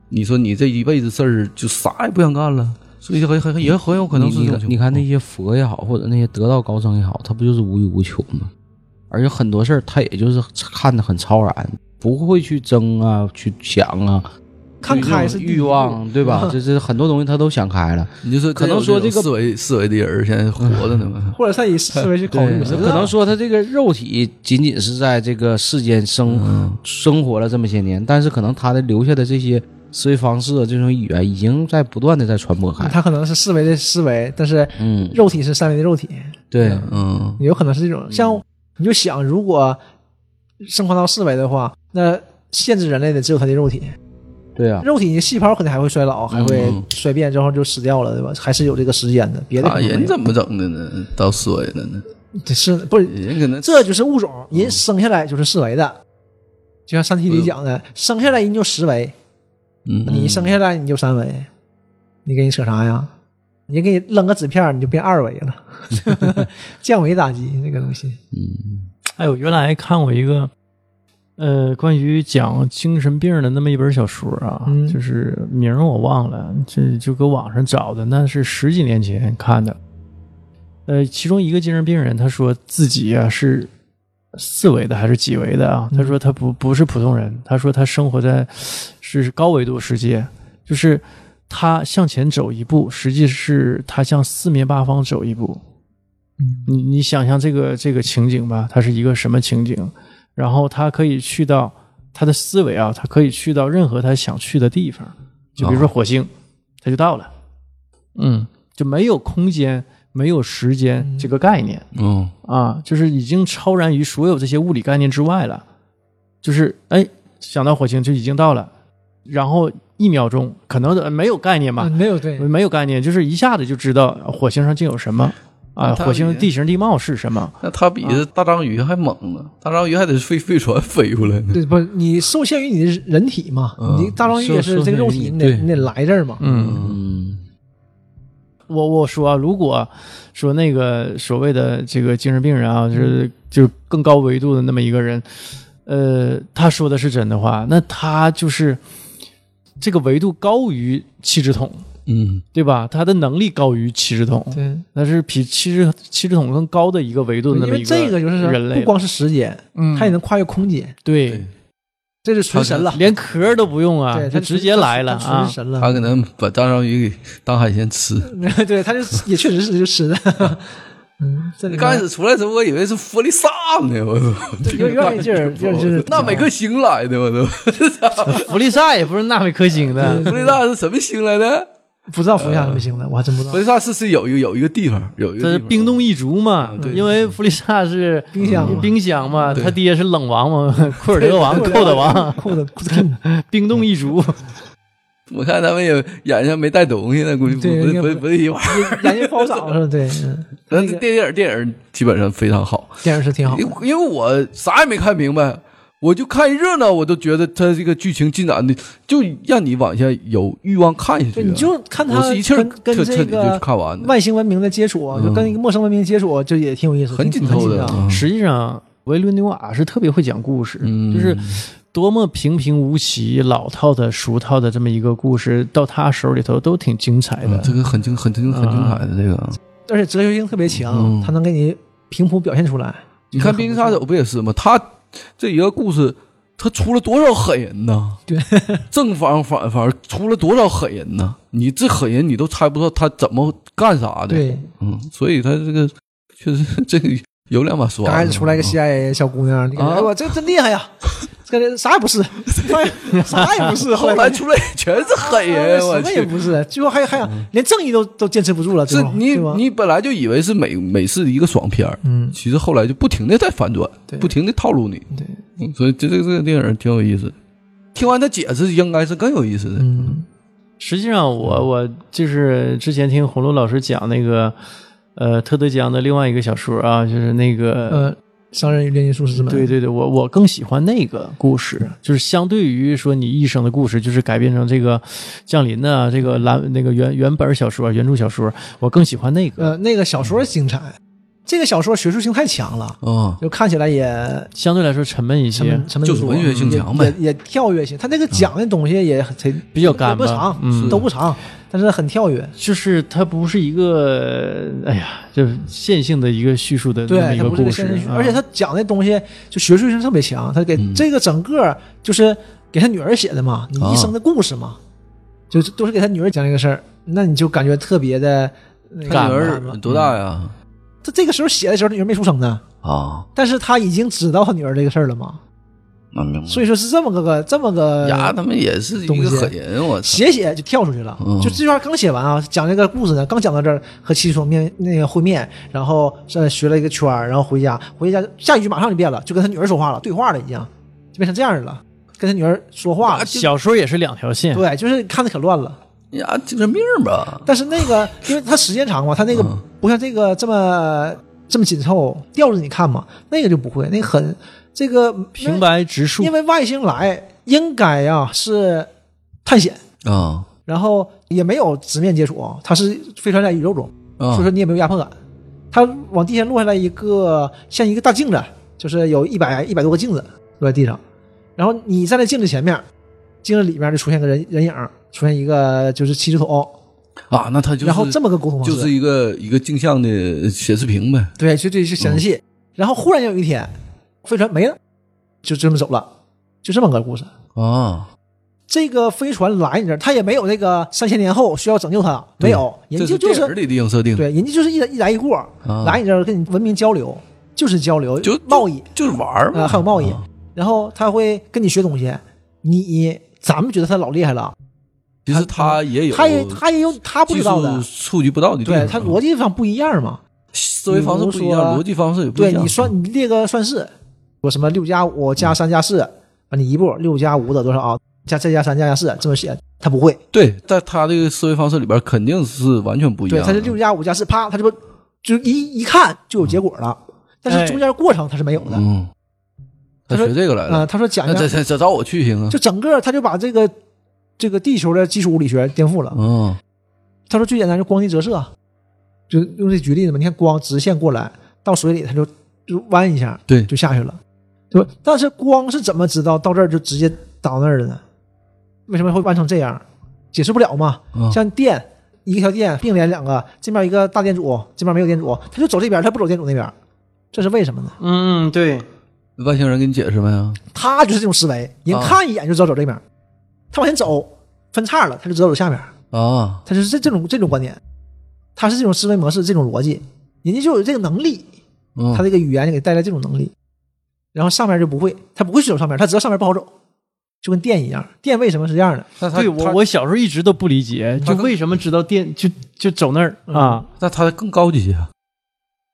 S4: 你说你这一辈子事儿就啥也不想干了，所以很很也很有可能是
S3: 你你
S4: 这种
S3: 看
S4: 情
S3: 你看
S4: 况
S3: 那些佛也好，或者那些得道高僧也好，他不就是无欲无求吗？而且很多事儿他也就是看得很超然，不会去争啊，去想啊，
S2: 看开是第一
S3: 欲望，对吧？这这很多东西他都想开了，
S4: 你就是
S3: 可能说这个
S4: 思维思维的人现在活着呢嘛，
S2: 或者他以思维去考虑，
S3: 对，
S2: 谁知道
S3: 可能说他这个肉体仅仅是在这个世间生、
S4: 嗯
S3: 生活了这么些年，但是可能他的留下的这些思维方式、啊，这种语言，已经在不断的在传播开。
S2: 嗯他可能是四维的思维，但是
S3: 嗯，
S2: 肉体是三维的肉体，
S3: 对，
S4: 嗯，
S2: 也有可能是这种。像你就想，如果升华到四维的话，那限制人类的只有他的肉体，
S3: 对啊，
S2: 肉体你细胞肯定还会衰老，还会
S4: 嗯
S2: 衰变，然后就死掉了，对吧？还是有这个时间的，别的
S3: 啊
S4: 打
S2: 可能没有
S4: 啊人怎么整的呢？到思维了呢？
S2: 这是不是？
S4: 人可能
S2: 这就是物种，
S3: 嗯
S2: 人生下来就是四维的，就像《三体》里讲
S3: 嗯
S2: 的，生下来人就十维，
S4: 嗯
S2: 你生下来你就三维，你给你扯啥呀？你给你扔个纸片儿，你就变二维了，降维打击那个东西。
S4: 嗯
S1: 哎，我原来还看过一个，呃，关于讲精神病的那么一本小说啊，
S2: 嗯
S1: 就是名儿我忘了，这就搁网上找的，那是十几年前看的。呃，其中一个精神病人，他说自己啊是四维的还是几维的啊？他说他不不是普通人，他说他生活在是高维度世界，就是他向前走一步，实际是他向四面八方走一步。你你想象这个这个情景吧，它是一个什么情景？然后他可以去到他的思维啊，他可以去到任何他想去的地方，就比如说火星，他就到了，嗯，就没有空间，没有时间这个概念
S4: 嗯
S1: 啊，就是已经超然于所有这些物理概念之外了。就是哎，想到火星就已经到了，然后一秒钟可能呃没有概念嘛，
S2: 嗯没有对，
S1: 没有概念，就是一下子就知道火星上竟有什么啊，
S4: 它
S1: 火星地形地貌是什么。
S4: 那他比
S2: 啊
S4: 这大章鱼还猛呢，大章鱼还得飞飞船飞回来呢。
S2: 对不？你受限于你的人体嘛，
S4: 嗯
S2: 你大章鱼也是
S3: 受
S2: 这个肉
S3: 受
S2: 体，
S3: 限于
S2: 你
S3: 你
S2: 得
S3: 对
S2: 你得来这儿嘛。
S1: 嗯，
S3: 嗯，
S1: 我我说啊，如果说那个所谓的这个精神病人啊，就是
S2: 嗯
S1: 就是更高维度的那么一个人，呃，他说的是真的话，那他就是这个维度高于气质桶，
S4: 嗯，
S1: 对吧？他的能力高于气质桶，
S2: 对，
S1: 那是比气质气质桶更高的一个维度的那
S2: 因
S1: 么一
S2: 为这个就是
S1: 人类
S2: 不
S1: 了，
S2: 光是时间，
S1: 嗯
S2: 它也能跨越空间，
S1: 对，
S2: 这是纯神了。
S1: 连壳儿都不用啊，
S2: 对，
S1: 就
S2: 它
S1: 直接来了
S2: 纯
S1: 啊
S2: 神
S4: 他
S2: 了。
S4: 可能把大章鱼给当海鲜吃。
S2: 对，它就也确实是就吃的。 嗯，这里面
S4: 刚开始出来的时候，我以为是佛利萨呢，我操，
S2: 有有点劲
S4: 哦
S2: 儿，有点劲儿。
S4: 纳美克星来的，我都
S1: 弗利萨也不是纳米克星的，
S4: 佛利萨是什么星来
S2: 啊
S4: 的？
S2: 不知道福下什么星的，我还真不知
S4: 佛
S2: 道。
S4: 利萨是是有一个有一个地方，有一
S1: 这
S4: 个
S1: 是
S4: 地方
S1: 冰冻一族嘛，
S4: 对嗯
S1: 因为弗利萨是
S2: 冰箱嘛
S1: 冰箱嘛，
S4: 对
S1: 他爹是冷王嘛， 库尔德王、寇德 王，
S2: 扣的扣的，
S1: 冰冻一族，
S4: 我看他们也眼睛没带东西，那估计不
S2: 对
S4: 不
S2: 应该
S4: 不不是一玩意儿。
S2: 眼睛不好找是吧？对，嗯
S4: 但是电影电影基本上非常好，
S2: 电影是挺好
S4: 因。为因为我啥也没看明白，我就看热闹，我都觉得它这个剧情进展的就让你往下有欲望看下去
S2: 对，
S4: 啊。
S2: 你就看他
S4: 我是一气儿
S2: 跟跟
S4: 彻彻
S2: 这
S4: 底就
S2: 个
S4: 看完的，
S2: 外星文明的接触啊，就跟一个陌生文明接触，就也挺有意思，
S4: 很紧
S2: 紧
S4: 凑的。
S2: 张
S4: 啊
S1: 实际上，维伦纽瓦是特别会讲故事，
S4: 嗯
S1: 就是多么平平无奇、老套的、俗套的这么一个故事，到他手里头都挺精彩的。
S4: 嗯这个很精很精很精彩的这
S2: 啊
S4: 个。
S2: 而且哲学性特别强
S4: 嗯，啊
S2: 他能给你平铺表现出来。
S4: 你看《边境杀手》不也是吗？他这一个故事，他出了多少狠人呢？
S2: 对，
S4: 正方反方出了多少狠人呢？你这狠人你都猜不到他怎么干啥的。，
S2: 对，
S4: 嗯，所以他这个确实这个有两把刷。
S2: 刚开始出来个 CIA 小姑娘，你感觉
S4: 嗯啊
S2: 哎我这真厉害呀，这个啥也不是，哎啥也不是，
S4: 后来出来全是狠人，
S2: 啊
S4: 我
S2: 什么也
S4: 去。嗯
S2: 不是，最后还还想连正义都都坚持不住了，最
S4: 是
S2: 后
S4: 你
S2: 对吧
S4: 你本来就以为是美美式的一个爽片儿
S2: 嗯，
S4: 其实后来就不停的在反转
S2: 对，
S4: 不停的套路你，
S2: 对，
S4: 嗯所以这这个这个电影挺有意思的。听完他解释，应该是更有意思的。
S2: 嗯，
S1: 实际上我，
S4: 嗯
S1: 我就是之前听红楼老师讲那个，呃，特德·江的另外一个小说啊，就是那个
S2: 呃，商人与炼金术士之门，
S1: 对对对，我我更喜欢那个故事，就是相对于说你一生的故事，就是改编成这个降临的这个蓝那个原原本小说原著小说，我更喜欢那个。
S2: 呃，那个小说精彩，这个小说学术性太强了，
S4: 啊，
S2: 就看起来也
S1: 相对来说沉闷一
S2: 什
S1: 些，
S2: 么什么
S4: 就是文学性强呗
S2: 也也跳跃性。他那个讲的东西也很很
S1: 比较干
S2: 不
S1: 吧，
S2: 长，
S1: 嗯，
S2: 都不长，但是很跳跃。
S1: 就是它不是一个，哎呀，就是线性的一个叙述的
S2: 对
S1: 那么，一
S2: 它
S1: 个
S2: 不是
S1: 故
S2: 个
S1: 事
S2: 现实，
S1: 啊
S2: 而且他讲的东西就学术性特别强。他给
S4: 嗯
S2: 这个整个就是给他女儿写的嘛，你
S1: 哦
S2: 一生的故事嘛，就是都是给他女儿讲这个事儿，那你就感觉特别的。那
S4: 他
S1: 干
S4: 女
S1: 吧
S4: 儿
S2: 个
S4: 多大呀？
S2: 他这个时候写的时候，他女儿没出生呢，
S4: 啊，
S2: 但是他已经知道他女儿这个事儿了嘛，
S4: 那明白。呃
S2: 所以说是这么个个这么个
S4: 牙他们也是一
S2: 东
S4: 个
S2: 西
S4: 狠人，我操！
S2: 写写就跳出去了，
S4: 嗯
S2: 就这段刚写完啊，讲这个故事呢，刚讲到这儿和妻子说面那个会面，然后呃学了一个圈儿，然后回家，回家下一句马上就变了，就跟他女儿说话了，对话了已经，就变成这样了，跟他女儿说话了，
S1: 小说也是两条线，
S2: 对，就是看的可乱了。
S4: 牙精神病吧？
S2: 但是那个因为他时间长嘛，他那个
S4: 嗯
S2: 不像这个这么这么紧凑，吊着你看嘛，那个就不会，那个很这个
S1: 平，白直述
S2: 因，为外星来应该呀、是探险。
S4: 啊
S2: 然后也没有直面接触啊，它是飞船在宇宙中，
S4: 啊
S2: 所以说你也没有压迫感。它往地下落下来一个像一个大镜子，就是有一百一百多个镜子落在地上，然后你站在镜子前面，镜子里面就出现个人人影，出现一个就是七只桶，
S4: 啊！那他就是
S2: 然后这么个沟通方式，
S4: 就是一个一个镜像的显示屏呗。
S2: 对，就这是显示器。
S4: 嗯
S2: 然后忽然有一天，飞船没了，就这么走了，就这么个故事。
S4: 啊，
S2: 这个飞船来你这儿，它也没有那个三千年后需要拯救它，没有，人
S4: 嗯这
S2: 家
S4: 是
S2: 就
S4: 电
S2: 是
S4: 影里的硬设定，
S2: 对，人家就是一来一来一过，
S4: 啊
S2: 来你这儿跟你文明交流，就是交流，
S4: 就
S2: 贸易
S4: 就是玩儿嘛，
S2: 啊，还有贸易
S4: 啊。
S2: 然后他会跟你学东西，你咱们觉得他老厉害了，
S4: 其实他也有，
S2: 他也他也有他不
S4: 技
S2: 知道的
S4: 术，触及不到的地方，啊
S2: 对他逻辑上不一样嘛。
S4: 思维方式不一
S2: 比如
S4: 样，
S2: 说
S4: 逻辑方式也不一
S2: 对
S4: 样。
S2: 你算你列个算式，我什么六加五加三加四，啊，你一步六加五得多少啊？加再加三加加四这么写，他不会，
S4: 对，在他这个思维方式里边，肯定是完全不一样
S2: 对，
S4: 的。
S2: 他是六加五加四，啪，他这不就一一看就有结果了，但是中间过程他是没有的。啊、
S4: 嗯，他
S2: 他说
S4: 学这个来了。
S2: 他说讲
S4: 那
S2: 一下
S4: 这这这找我去行啊？
S2: 就整个他就把这个这个地球的基础物理学颠覆了。
S4: 嗯
S2: 他说最简单就是光力折射啊，就用这举例子嘛，你看光直线过来到水里，它就就弯一下，
S4: 对
S2: 就下去了，对吧？但是光是怎么知道到这儿就直接到那儿的呢？为什么会弯成这样？解释不了嘛。
S4: 嗯
S2: 像电一条电并联两个，这边一个大电阻，这边没有电阻，它就走这边，它不走电阻那边，这是为什么呢？
S1: 嗯，对，
S4: 外星人给你解释没啊？
S2: 他就是这种思维，人
S4: 啊
S2: 看一眼就知道走这边，他往前走分叉了，他就知道走下边。
S4: 啊，
S2: 他就是这这种这种观点，他是这种思维模式，这种逻辑，人家就有这个能力，
S4: 嗯
S2: 他这个语言就给带来这种能力，然后上面就不会，他不会去走上面，他知道上面不好走，就跟电一样，电为什么是这样的？
S4: 那他
S1: 对我
S4: 他
S1: 我小时候一直都不理解，
S4: 他
S1: 就为什么知道电就就走那儿啊？
S4: 那他更高级啊些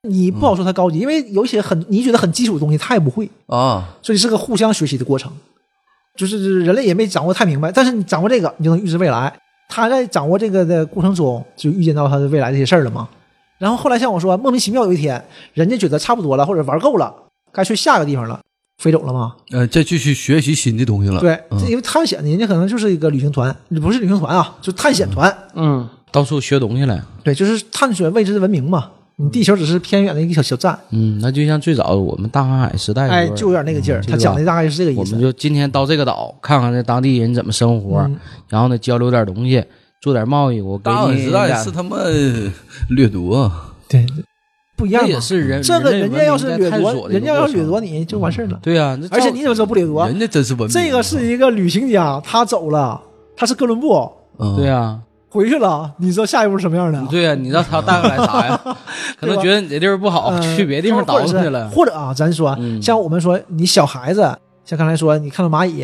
S2: 你不好说他高级，因为有一些很你觉得很基础的东西，他也不会，
S4: 啊，
S2: 所以是个互相学习的过程，就是人类也没掌握太明白，但是你掌握这个，你就能预知未来。他在掌握这个的过程中，就预见到他的未来这些事儿了嘛。然后后来像我说，莫名其妙有一天，人家觉得差不多了，或者玩够了，该去下个地方了，飞走了嘛。
S4: 呃，再继续学习新的东西了。
S2: 对，
S4: 嗯
S2: 这因为探险的人家可能就是一个旅行团，不是旅行团啊，就探险团。
S1: 嗯
S3: 到处学东西来。
S2: 对，就是探索未知的文明嘛。你地球只是偏远的一个小小站，
S3: 嗯，那就像最早我们大航海时代的时
S2: 哎，
S3: 候，
S2: 就有点那个劲儿。
S3: 嗯
S2: 他讲的大概是这个
S3: 我
S2: 意
S3: 们
S2: 思。
S3: 就今天到这个岛看看这当地人怎么生活，
S2: 嗯
S3: 然后呢交流点东西，做点贸易。我给
S4: 大碗
S3: 你
S4: 时代
S3: 俩
S4: 是他妈 掠夺啊，
S2: 对，不一样
S3: 这
S2: 嘛
S3: 也。是人
S2: 这个
S3: 类
S2: 人
S3: 文
S2: 家要是
S3: 明在
S2: 掠
S3: 探
S2: 夺，
S3: 索的一
S2: 人
S3: 个
S2: 家要
S3: 过
S2: 是
S3: 程
S2: 掠夺你就完事儿了。
S3: 对啊，这
S2: 嗯而且
S3: 照
S2: 你怎么知道不掠夺？
S4: 人家真是文明。啊
S2: 这
S3: 啊
S2: 个是一个旅行家，他走了，他是哥伦布
S4: 嗯
S3: 对啊，
S2: 回去了，你知道下一步是什么样的？呃
S3: 对啊，你让他带回来 啥呀？可能觉得你这地儿不好，
S2: 呃
S3: 哦去别地方
S2: 或
S3: 倒
S2: 者
S3: 腾
S2: 是
S3: 去了。
S2: 或者啊，咱说
S3: 嗯
S2: 像我们说，你小孩子，像刚才说，你看到蚂蚁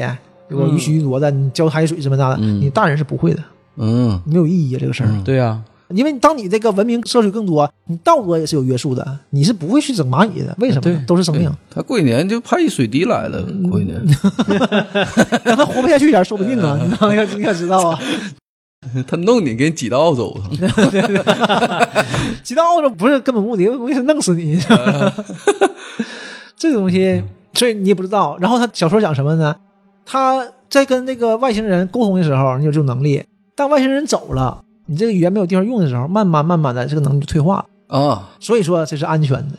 S2: 有个予取予夺的，你浇海水什么的，
S3: 嗯
S2: 你大人是不会的，
S4: 嗯，
S2: 没有意义啊这个事儿。
S4: 嗯
S3: 对啊，
S2: 因为你当你这个文明摄取更多，你道德也是有约束的，你是不会去整蚂蚁的。为什么呢？
S3: 啊对
S2: 都是生命，
S4: 他过一年就派一水滴来了，
S2: 嗯
S4: 过一年。
S2: 让它活不下去点，说不定啊，
S3: 嗯
S2: 你知 道要要知道啊。
S4: 他弄你给你挤到澳洲，
S2: 极到澳洲不是根本目的，目的是弄死你。这个东西，所以你也不知道。然后他小说讲什么呢？他在跟那个外星人沟通的时候，你有这种能力；当外星人走了，你这个语言没有地方用的时候，慢慢慢慢的这个能力就退化了。
S4: 啊，
S2: 所以说这是安全的，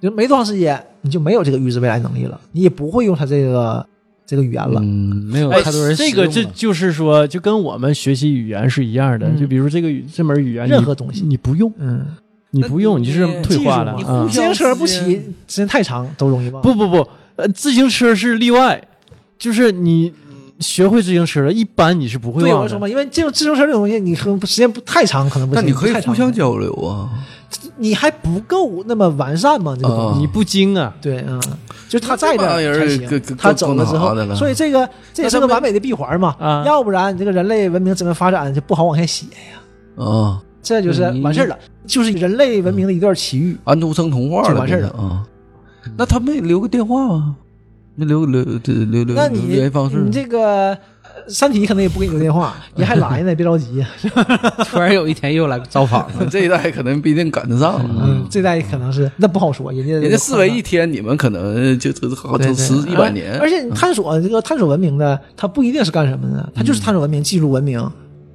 S2: 就没多长时间你就没有这个预知未来能力了，你也不会用他这个这个语言了。
S3: 嗯，没有
S1: 哎
S3: 太多人
S1: 这
S3: 使
S1: 个
S3: 用
S1: 这
S3: 了
S1: 就是说，就跟我们学习语言是一样的。
S2: 嗯
S1: 就比如这个语这门语言，
S2: 任
S1: 你
S2: 何东西
S1: 你不用，
S2: 嗯，
S1: 你不用，你就是这么退化了
S3: 嗯
S4: 技术
S1: 啊
S4: 你！
S2: 自行车不骑时间太长都容易忘。
S1: 不不不，呃，自行车是例外，就是你学会自行车了，一般你是不会
S2: 对，我
S1: 忘
S2: 就
S1: 的。
S2: 说嘛，因为这种自行车这种东西，你可能时间不太长，可能不行。
S4: 但你可以
S2: 太长
S4: 互相，交流啊。
S2: 你还不够那么完善嘛？这个东西，
S4: 啊
S1: 你不精啊，
S2: 对啊，就他在这
S4: 那这玩意
S2: 儿
S4: 儿
S2: 才
S4: 够
S2: 行
S4: 够
S2: 他走了之
S4: 够
S2: 后
S4: 拿的，了
S2: 所以这个这也是个完美的闭环嘛
S1: 啊。
S2: 要不然你这个人类文明怎么发展就不好往下写呀？
S4: 啊，
S2: 这就是
S3: 嗯
S2: 完事儿了，就是人类文明的一段奇遇。
S4: 安徒生童话
S2: 就
S4: 了，
S2: 完事儿了
S4: 变成啊。那他没留个电话吗？没留留留留
S2: 那
S4: 留
S2: 你
S4: 联系方式啊
S2: 你
S4: 吗？
S2: 这个呃三体可能也不给你个电话， 你还来呢，别着急。
S3: 突然有一天又来造访了。
S4: 这一代可能不一定赶得上了。
S2: 嗯，这代可能是那不好说，人家
S4: 人家思维一天，你们可能就这好
S2: 对
S4: 这
S2: 对
S4: 十一百年。嗯
S2: 而且你探索这个探索文明的，它不一定是干什么的，它就是探索文明、技术文明，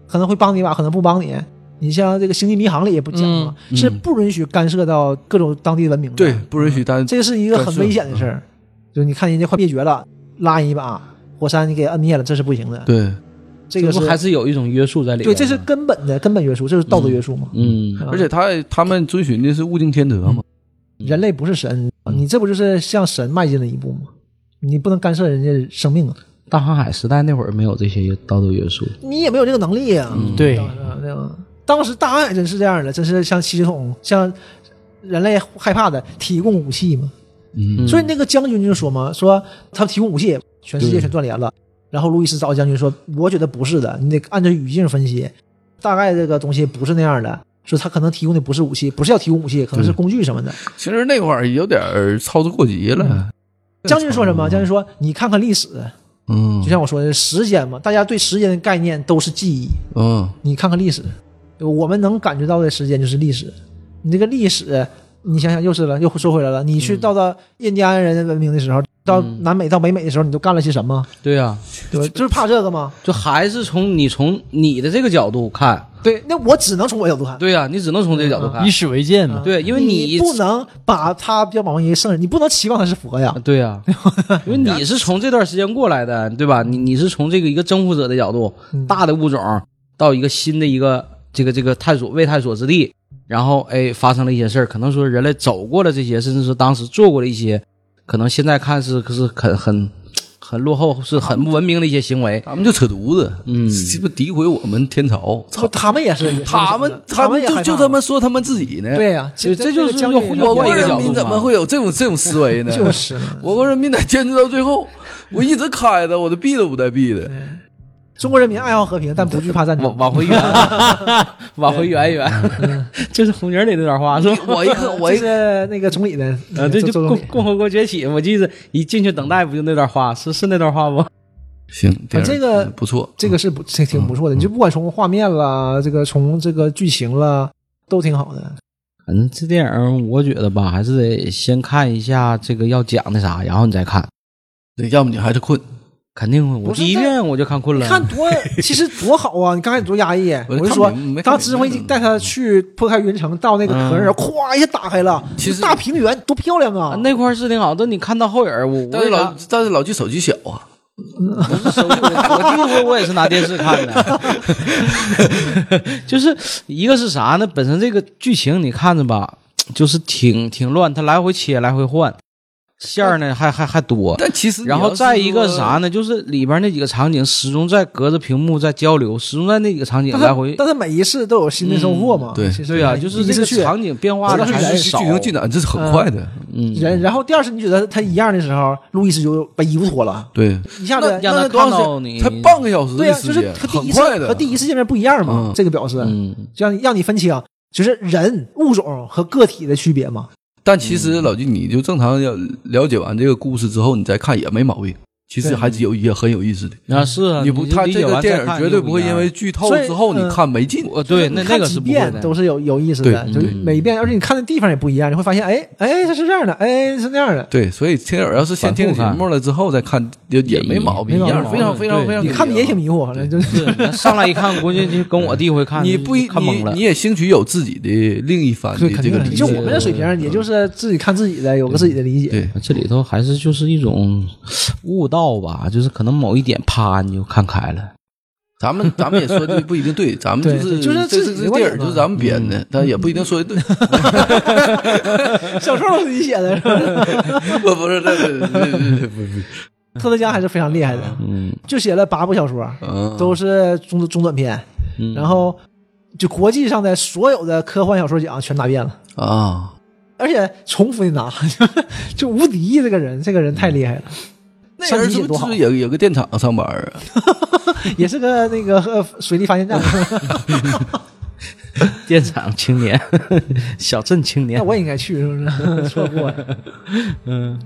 S2: 可能会帮你一把，可能不帮你。你像这个《星际迷航》里也不讲嘛，是不允许干涉到各种当地文明的。
S4: 嗯对，，不允许单
S2: 这是一个很危险的事儿。嗯就你看人家快灭绝了，拉人一把，火山你给摁灭了，这是不行的。
S4: 对。
S2: 这个
S3: 不
S2: 是
S3: 还是有一种约束在里
S2: 对，
S3: 边。
S2: 这是根本的根本约束，这是道德约束嘛。
S3: 嗯，
S2: 啊
S4: 而且他他们遵循的是物竞天择嘛。
S2: 人类不是神，
S4: 嗯
S2: 你这不就是向神迈进的一步吗？你不能干涉人家生命啊，
S3: 大航海时代那会儿没有这些道德约束。
S2: 你也没有这个能力啊。
S1: 对，
S2: 对吧？当时大航海真是这样的，真是像七十桶，像人类害怕的提供武器嘛。
S4: 嗯
S2: 所以那个将军就说嘛，说他提供武器，全世界全断联了。然后路易斯找将军说，我觉得不是的，你得按照语境分析，大概这个东西不是那样的。说他可能提供的不是武器，不是要提供武器，可能是工具什么的。
S4: 其实那块儿有点儿操之过急了。
S2: 将军说什么？将军说：“你看看历史，
S4: 嗯，
S2: 就像我说的，时间嘛，大家对时间的概念都是记忆。
S4: 嗯
S2: 你看看历史，我们能感觉到的时间就是历史。你这个历史，你想想又是了，又说回来了。你去到到印第安人文明的时候，到南美到北美的时候，你都干了些什么？
S3: 对啊，
S2: 对吧？就是怕这个吗？
S3: 就还是从你从你的这个角度看，
S2: 对，那我只能从我角度看。
S3: 对啊，啊你只能从这个角度看
S1: 以。史为鉴嘛。
S3: 对，因为
S2: 嗯你
S3: 你
S2: 不能把他标榜为一个圣人，你不能期望他是佛呀。
S3: 对呀、因为你是从这段时间过来的，对吧？你你是从这个一个征服者的角度，
S2: 嗯
S3: 大的物种到一个新的一个这个这个探索未探索之地，然后哎发生了一些事儿，可能说人类走过了这些，甚至是当时做过了一些，可能现在看是是很很很落后，是很不文明的一些行为。
S4: 他们就扯犊子，
S3: 嗯
S4: 鸡巴诋毁我们天朝，
S2: 他
S4: 操！
S2: 他们也是，也是
S4: 啊他们
S2: 他
S4: 们
S2: 也
S4: 就
S2: 害怕
S4: 就他妈说他们自己呢，，
S2: 对呀，
S3: 这这就是
S2: 将
S3: 要
S2: 军
S3: 互
S2: 也
S4: 我
S3: 换
S4: 国
S3: 一个
S4: 人
S3: 角
S4: 民
S3: 度
S4: 怎么
S3: 嘛
S4: 会有这种这种思维呢？
S2: 就是嘛。
S4: 我国人民得坚持到最后， 我一直开的，我的避都不带避的。
S2: 中国人民爱好和平，但不惧怕战
S3: 往
S2: 争。
S3: 往回圆，啊 往回圆一圆， 这是红姐里那段话是吧？
S4: 我一 看，我
S2: 这
S4: 一看，
S2: 是那个总理的
S3: 啊，对，
S2: 周
S3: 就
S2: 周总
S3: 共
S2: 理
S3: 共和国崛起，我记得一进去等待不就那段话，是是那段话不？
S4: 行，
S2: 啊这个
S4: 不错，
S2: 这个是不挺挺不错的，你就不管从画面啦，这个从这个剧情啦，都挺好的。
S3: 反正这电影我觉得吧，还是得先看一下这个要讲的啥，然后你再看，
S4: 对，要么你还是困。
S3: 肯定会。我
S2: 不是
S3: 第一
S2: 这
S3: 遍我就看困了，
S2: 看多其实多好啊！你刚开始多压抑，我就
S4: 看
S2: 说
S4: 明没，看
S2: 当时我已
S4: 明
S2: 经
S4: 白
S2: 带他去破开云层，到那个壳儿那儿，咵一下打开了，
S4: 其实
S2: 大平原多漂亮啊！
S3: 那块儿是挺好，但你看到后影儿，我
S4: 但
S3: 我
S4: 是
S3: 也
S4: 老
S3: 拿
S4: 但是老纪手机小啊，
S3: 不是手机，我我第一回我也是拿电视看的， 就是一个是啥呢？本身这个剧情你看着吧，就是挺挺乱，它来回切，来回换，线儿呢还还还多。
S4: 但其实你
S3: 然
S4: 要
S3: 后
S4: 是
S3: 再一个
S4: 说
S3: 啥呢？就是里边那几个场景始终在隔着屏幕在交流，始终在那几个场景
S2: 但
S3: 来
S2: 他
S3: 回。
S2: 但是每一次都有新的收获嘛
S4: 嗯。对
S2: 其实
S3: 对呀、就是这
S2: 一次
S3: 个
S2: 去
S3: 场景变化
S4: 我
S3: 的
S4: 当时
S3: 还
S4: 觉得
S3: 是
S4: 剧
S3: 少。
S4: 情进展这是很快的，
S3: 嗯，
S2: 人，然后第二次你觉得他一样的时候，路易斯就把衣服脱了，
S4: 对，
S2: 一下子
S3: 那让
S4: 那
S3: 他
S4: 多
S3: 看
S4: 少
S3: 到
S4: 时
S3: 你
S4: 间才半个小时
S2: 嗯对呀啊
S4: 的，
S2: 就
S4: 时
S2: 是
S4: 间，
S2: 和第
S4: 很
S2: 一
S4: 快
S2: 次
S4: 的，
S2: 和第一次见面不一样嘛
S4: 嗯，
S2: 这个表示
S3: 嗯，
S2: 就让你让你分清，就是人物种和个体的区别嘛。
S4: 但其实老季，你就正常要了解完这个故事之后，你再看也没毛病。其实还是有一些很有意思的。
S3: 那是啊，
S4: 你不，他
S3: 理
S4: 这
S3: 解
S4: 个
S3: 完
S4: 电
S3: 再
S4: 影
S3: 看
S4: 绝
S3: 就
S4: 对
S3: 不
S4: 不会
S3: 一
S4: 因
S3: 样
S4: 为剧透
S2: 所以
S4: 之后你
S2: 嗯
S4: 看没劲。
S3: 我对那
S2: 你
S3: 那
S2: 看
S3: 个
S2: 几
S3: 是不会
S2: 遍
S3: 的，
S2: 都是有有意思的，
S4: 对
S2: 就是
S3: 嗯
S2: 每遍，而且你看的地方也不一样，你会发现，哎哎，这是这样的，哎是那样的，
S4: 对，所以听友要是先听节目了之后再看，也也没毛病，
S2: 没毛
S4: 一
S2: 病
S4: 样非常非常非常。
S2: 你看的也
S3: 啊
S2: 挺迷糊，反正就是
S3: 是那上来一看，估计就跟我第一回看，
S4: 你不一
S3: 看
S4: 你
S3: 懵了
S4: 你。也兴许有自己的另一番的
S2: 肯
S4: 这
S2: 定
S4: 个
S2: 的
S4: 理
S2: 就
S4: 解。
S2: 我们这水
S3: 嗯
S2: 平，也就是自己看自己的，有个自己的理解。
S4: 对，
S3: 这里头还是就是一种悟道吧，就是可能某一点啪你就看开了。
S4: 咱们咱们也说这不一定对，咱们就是
S2: 对就是
S4: 这
S2: 自
S4: 这
S2: 己
S4: 这
S2: 的观
S4: 电
S2: 点
S4: 影就是咱们编的，但也不一定说的对。
S2: 小说自己写的，是 吧？
S4: 不不是，这这这这这不是，
S2: 特德加还是非常厉害的，
S3: 嗯，
S2: 就写了八部小说，
S4: 嗯，
S2: 都是中中短篇，
S3: 嗯
S2: 然 后就国际上的所有的科幻小说奖全拿遍了。
S4: 啊，
S2: 而且重复的拿， 就无敌这个人，这个人太厉害了。
S4: 嗯那
S2: 上
S4: 人
S2: 级
S4: 是
S2: 写
S4: 不
S2: 多好啊
S4: 是，有有个电厂上班啊？
S2: 也是个那个呃水力发 电站。
S3: 电厂青年，小镇青
S2: 那
S3: 年，
S2: 我也应该去，是不是？错过了。
S3: 嗯，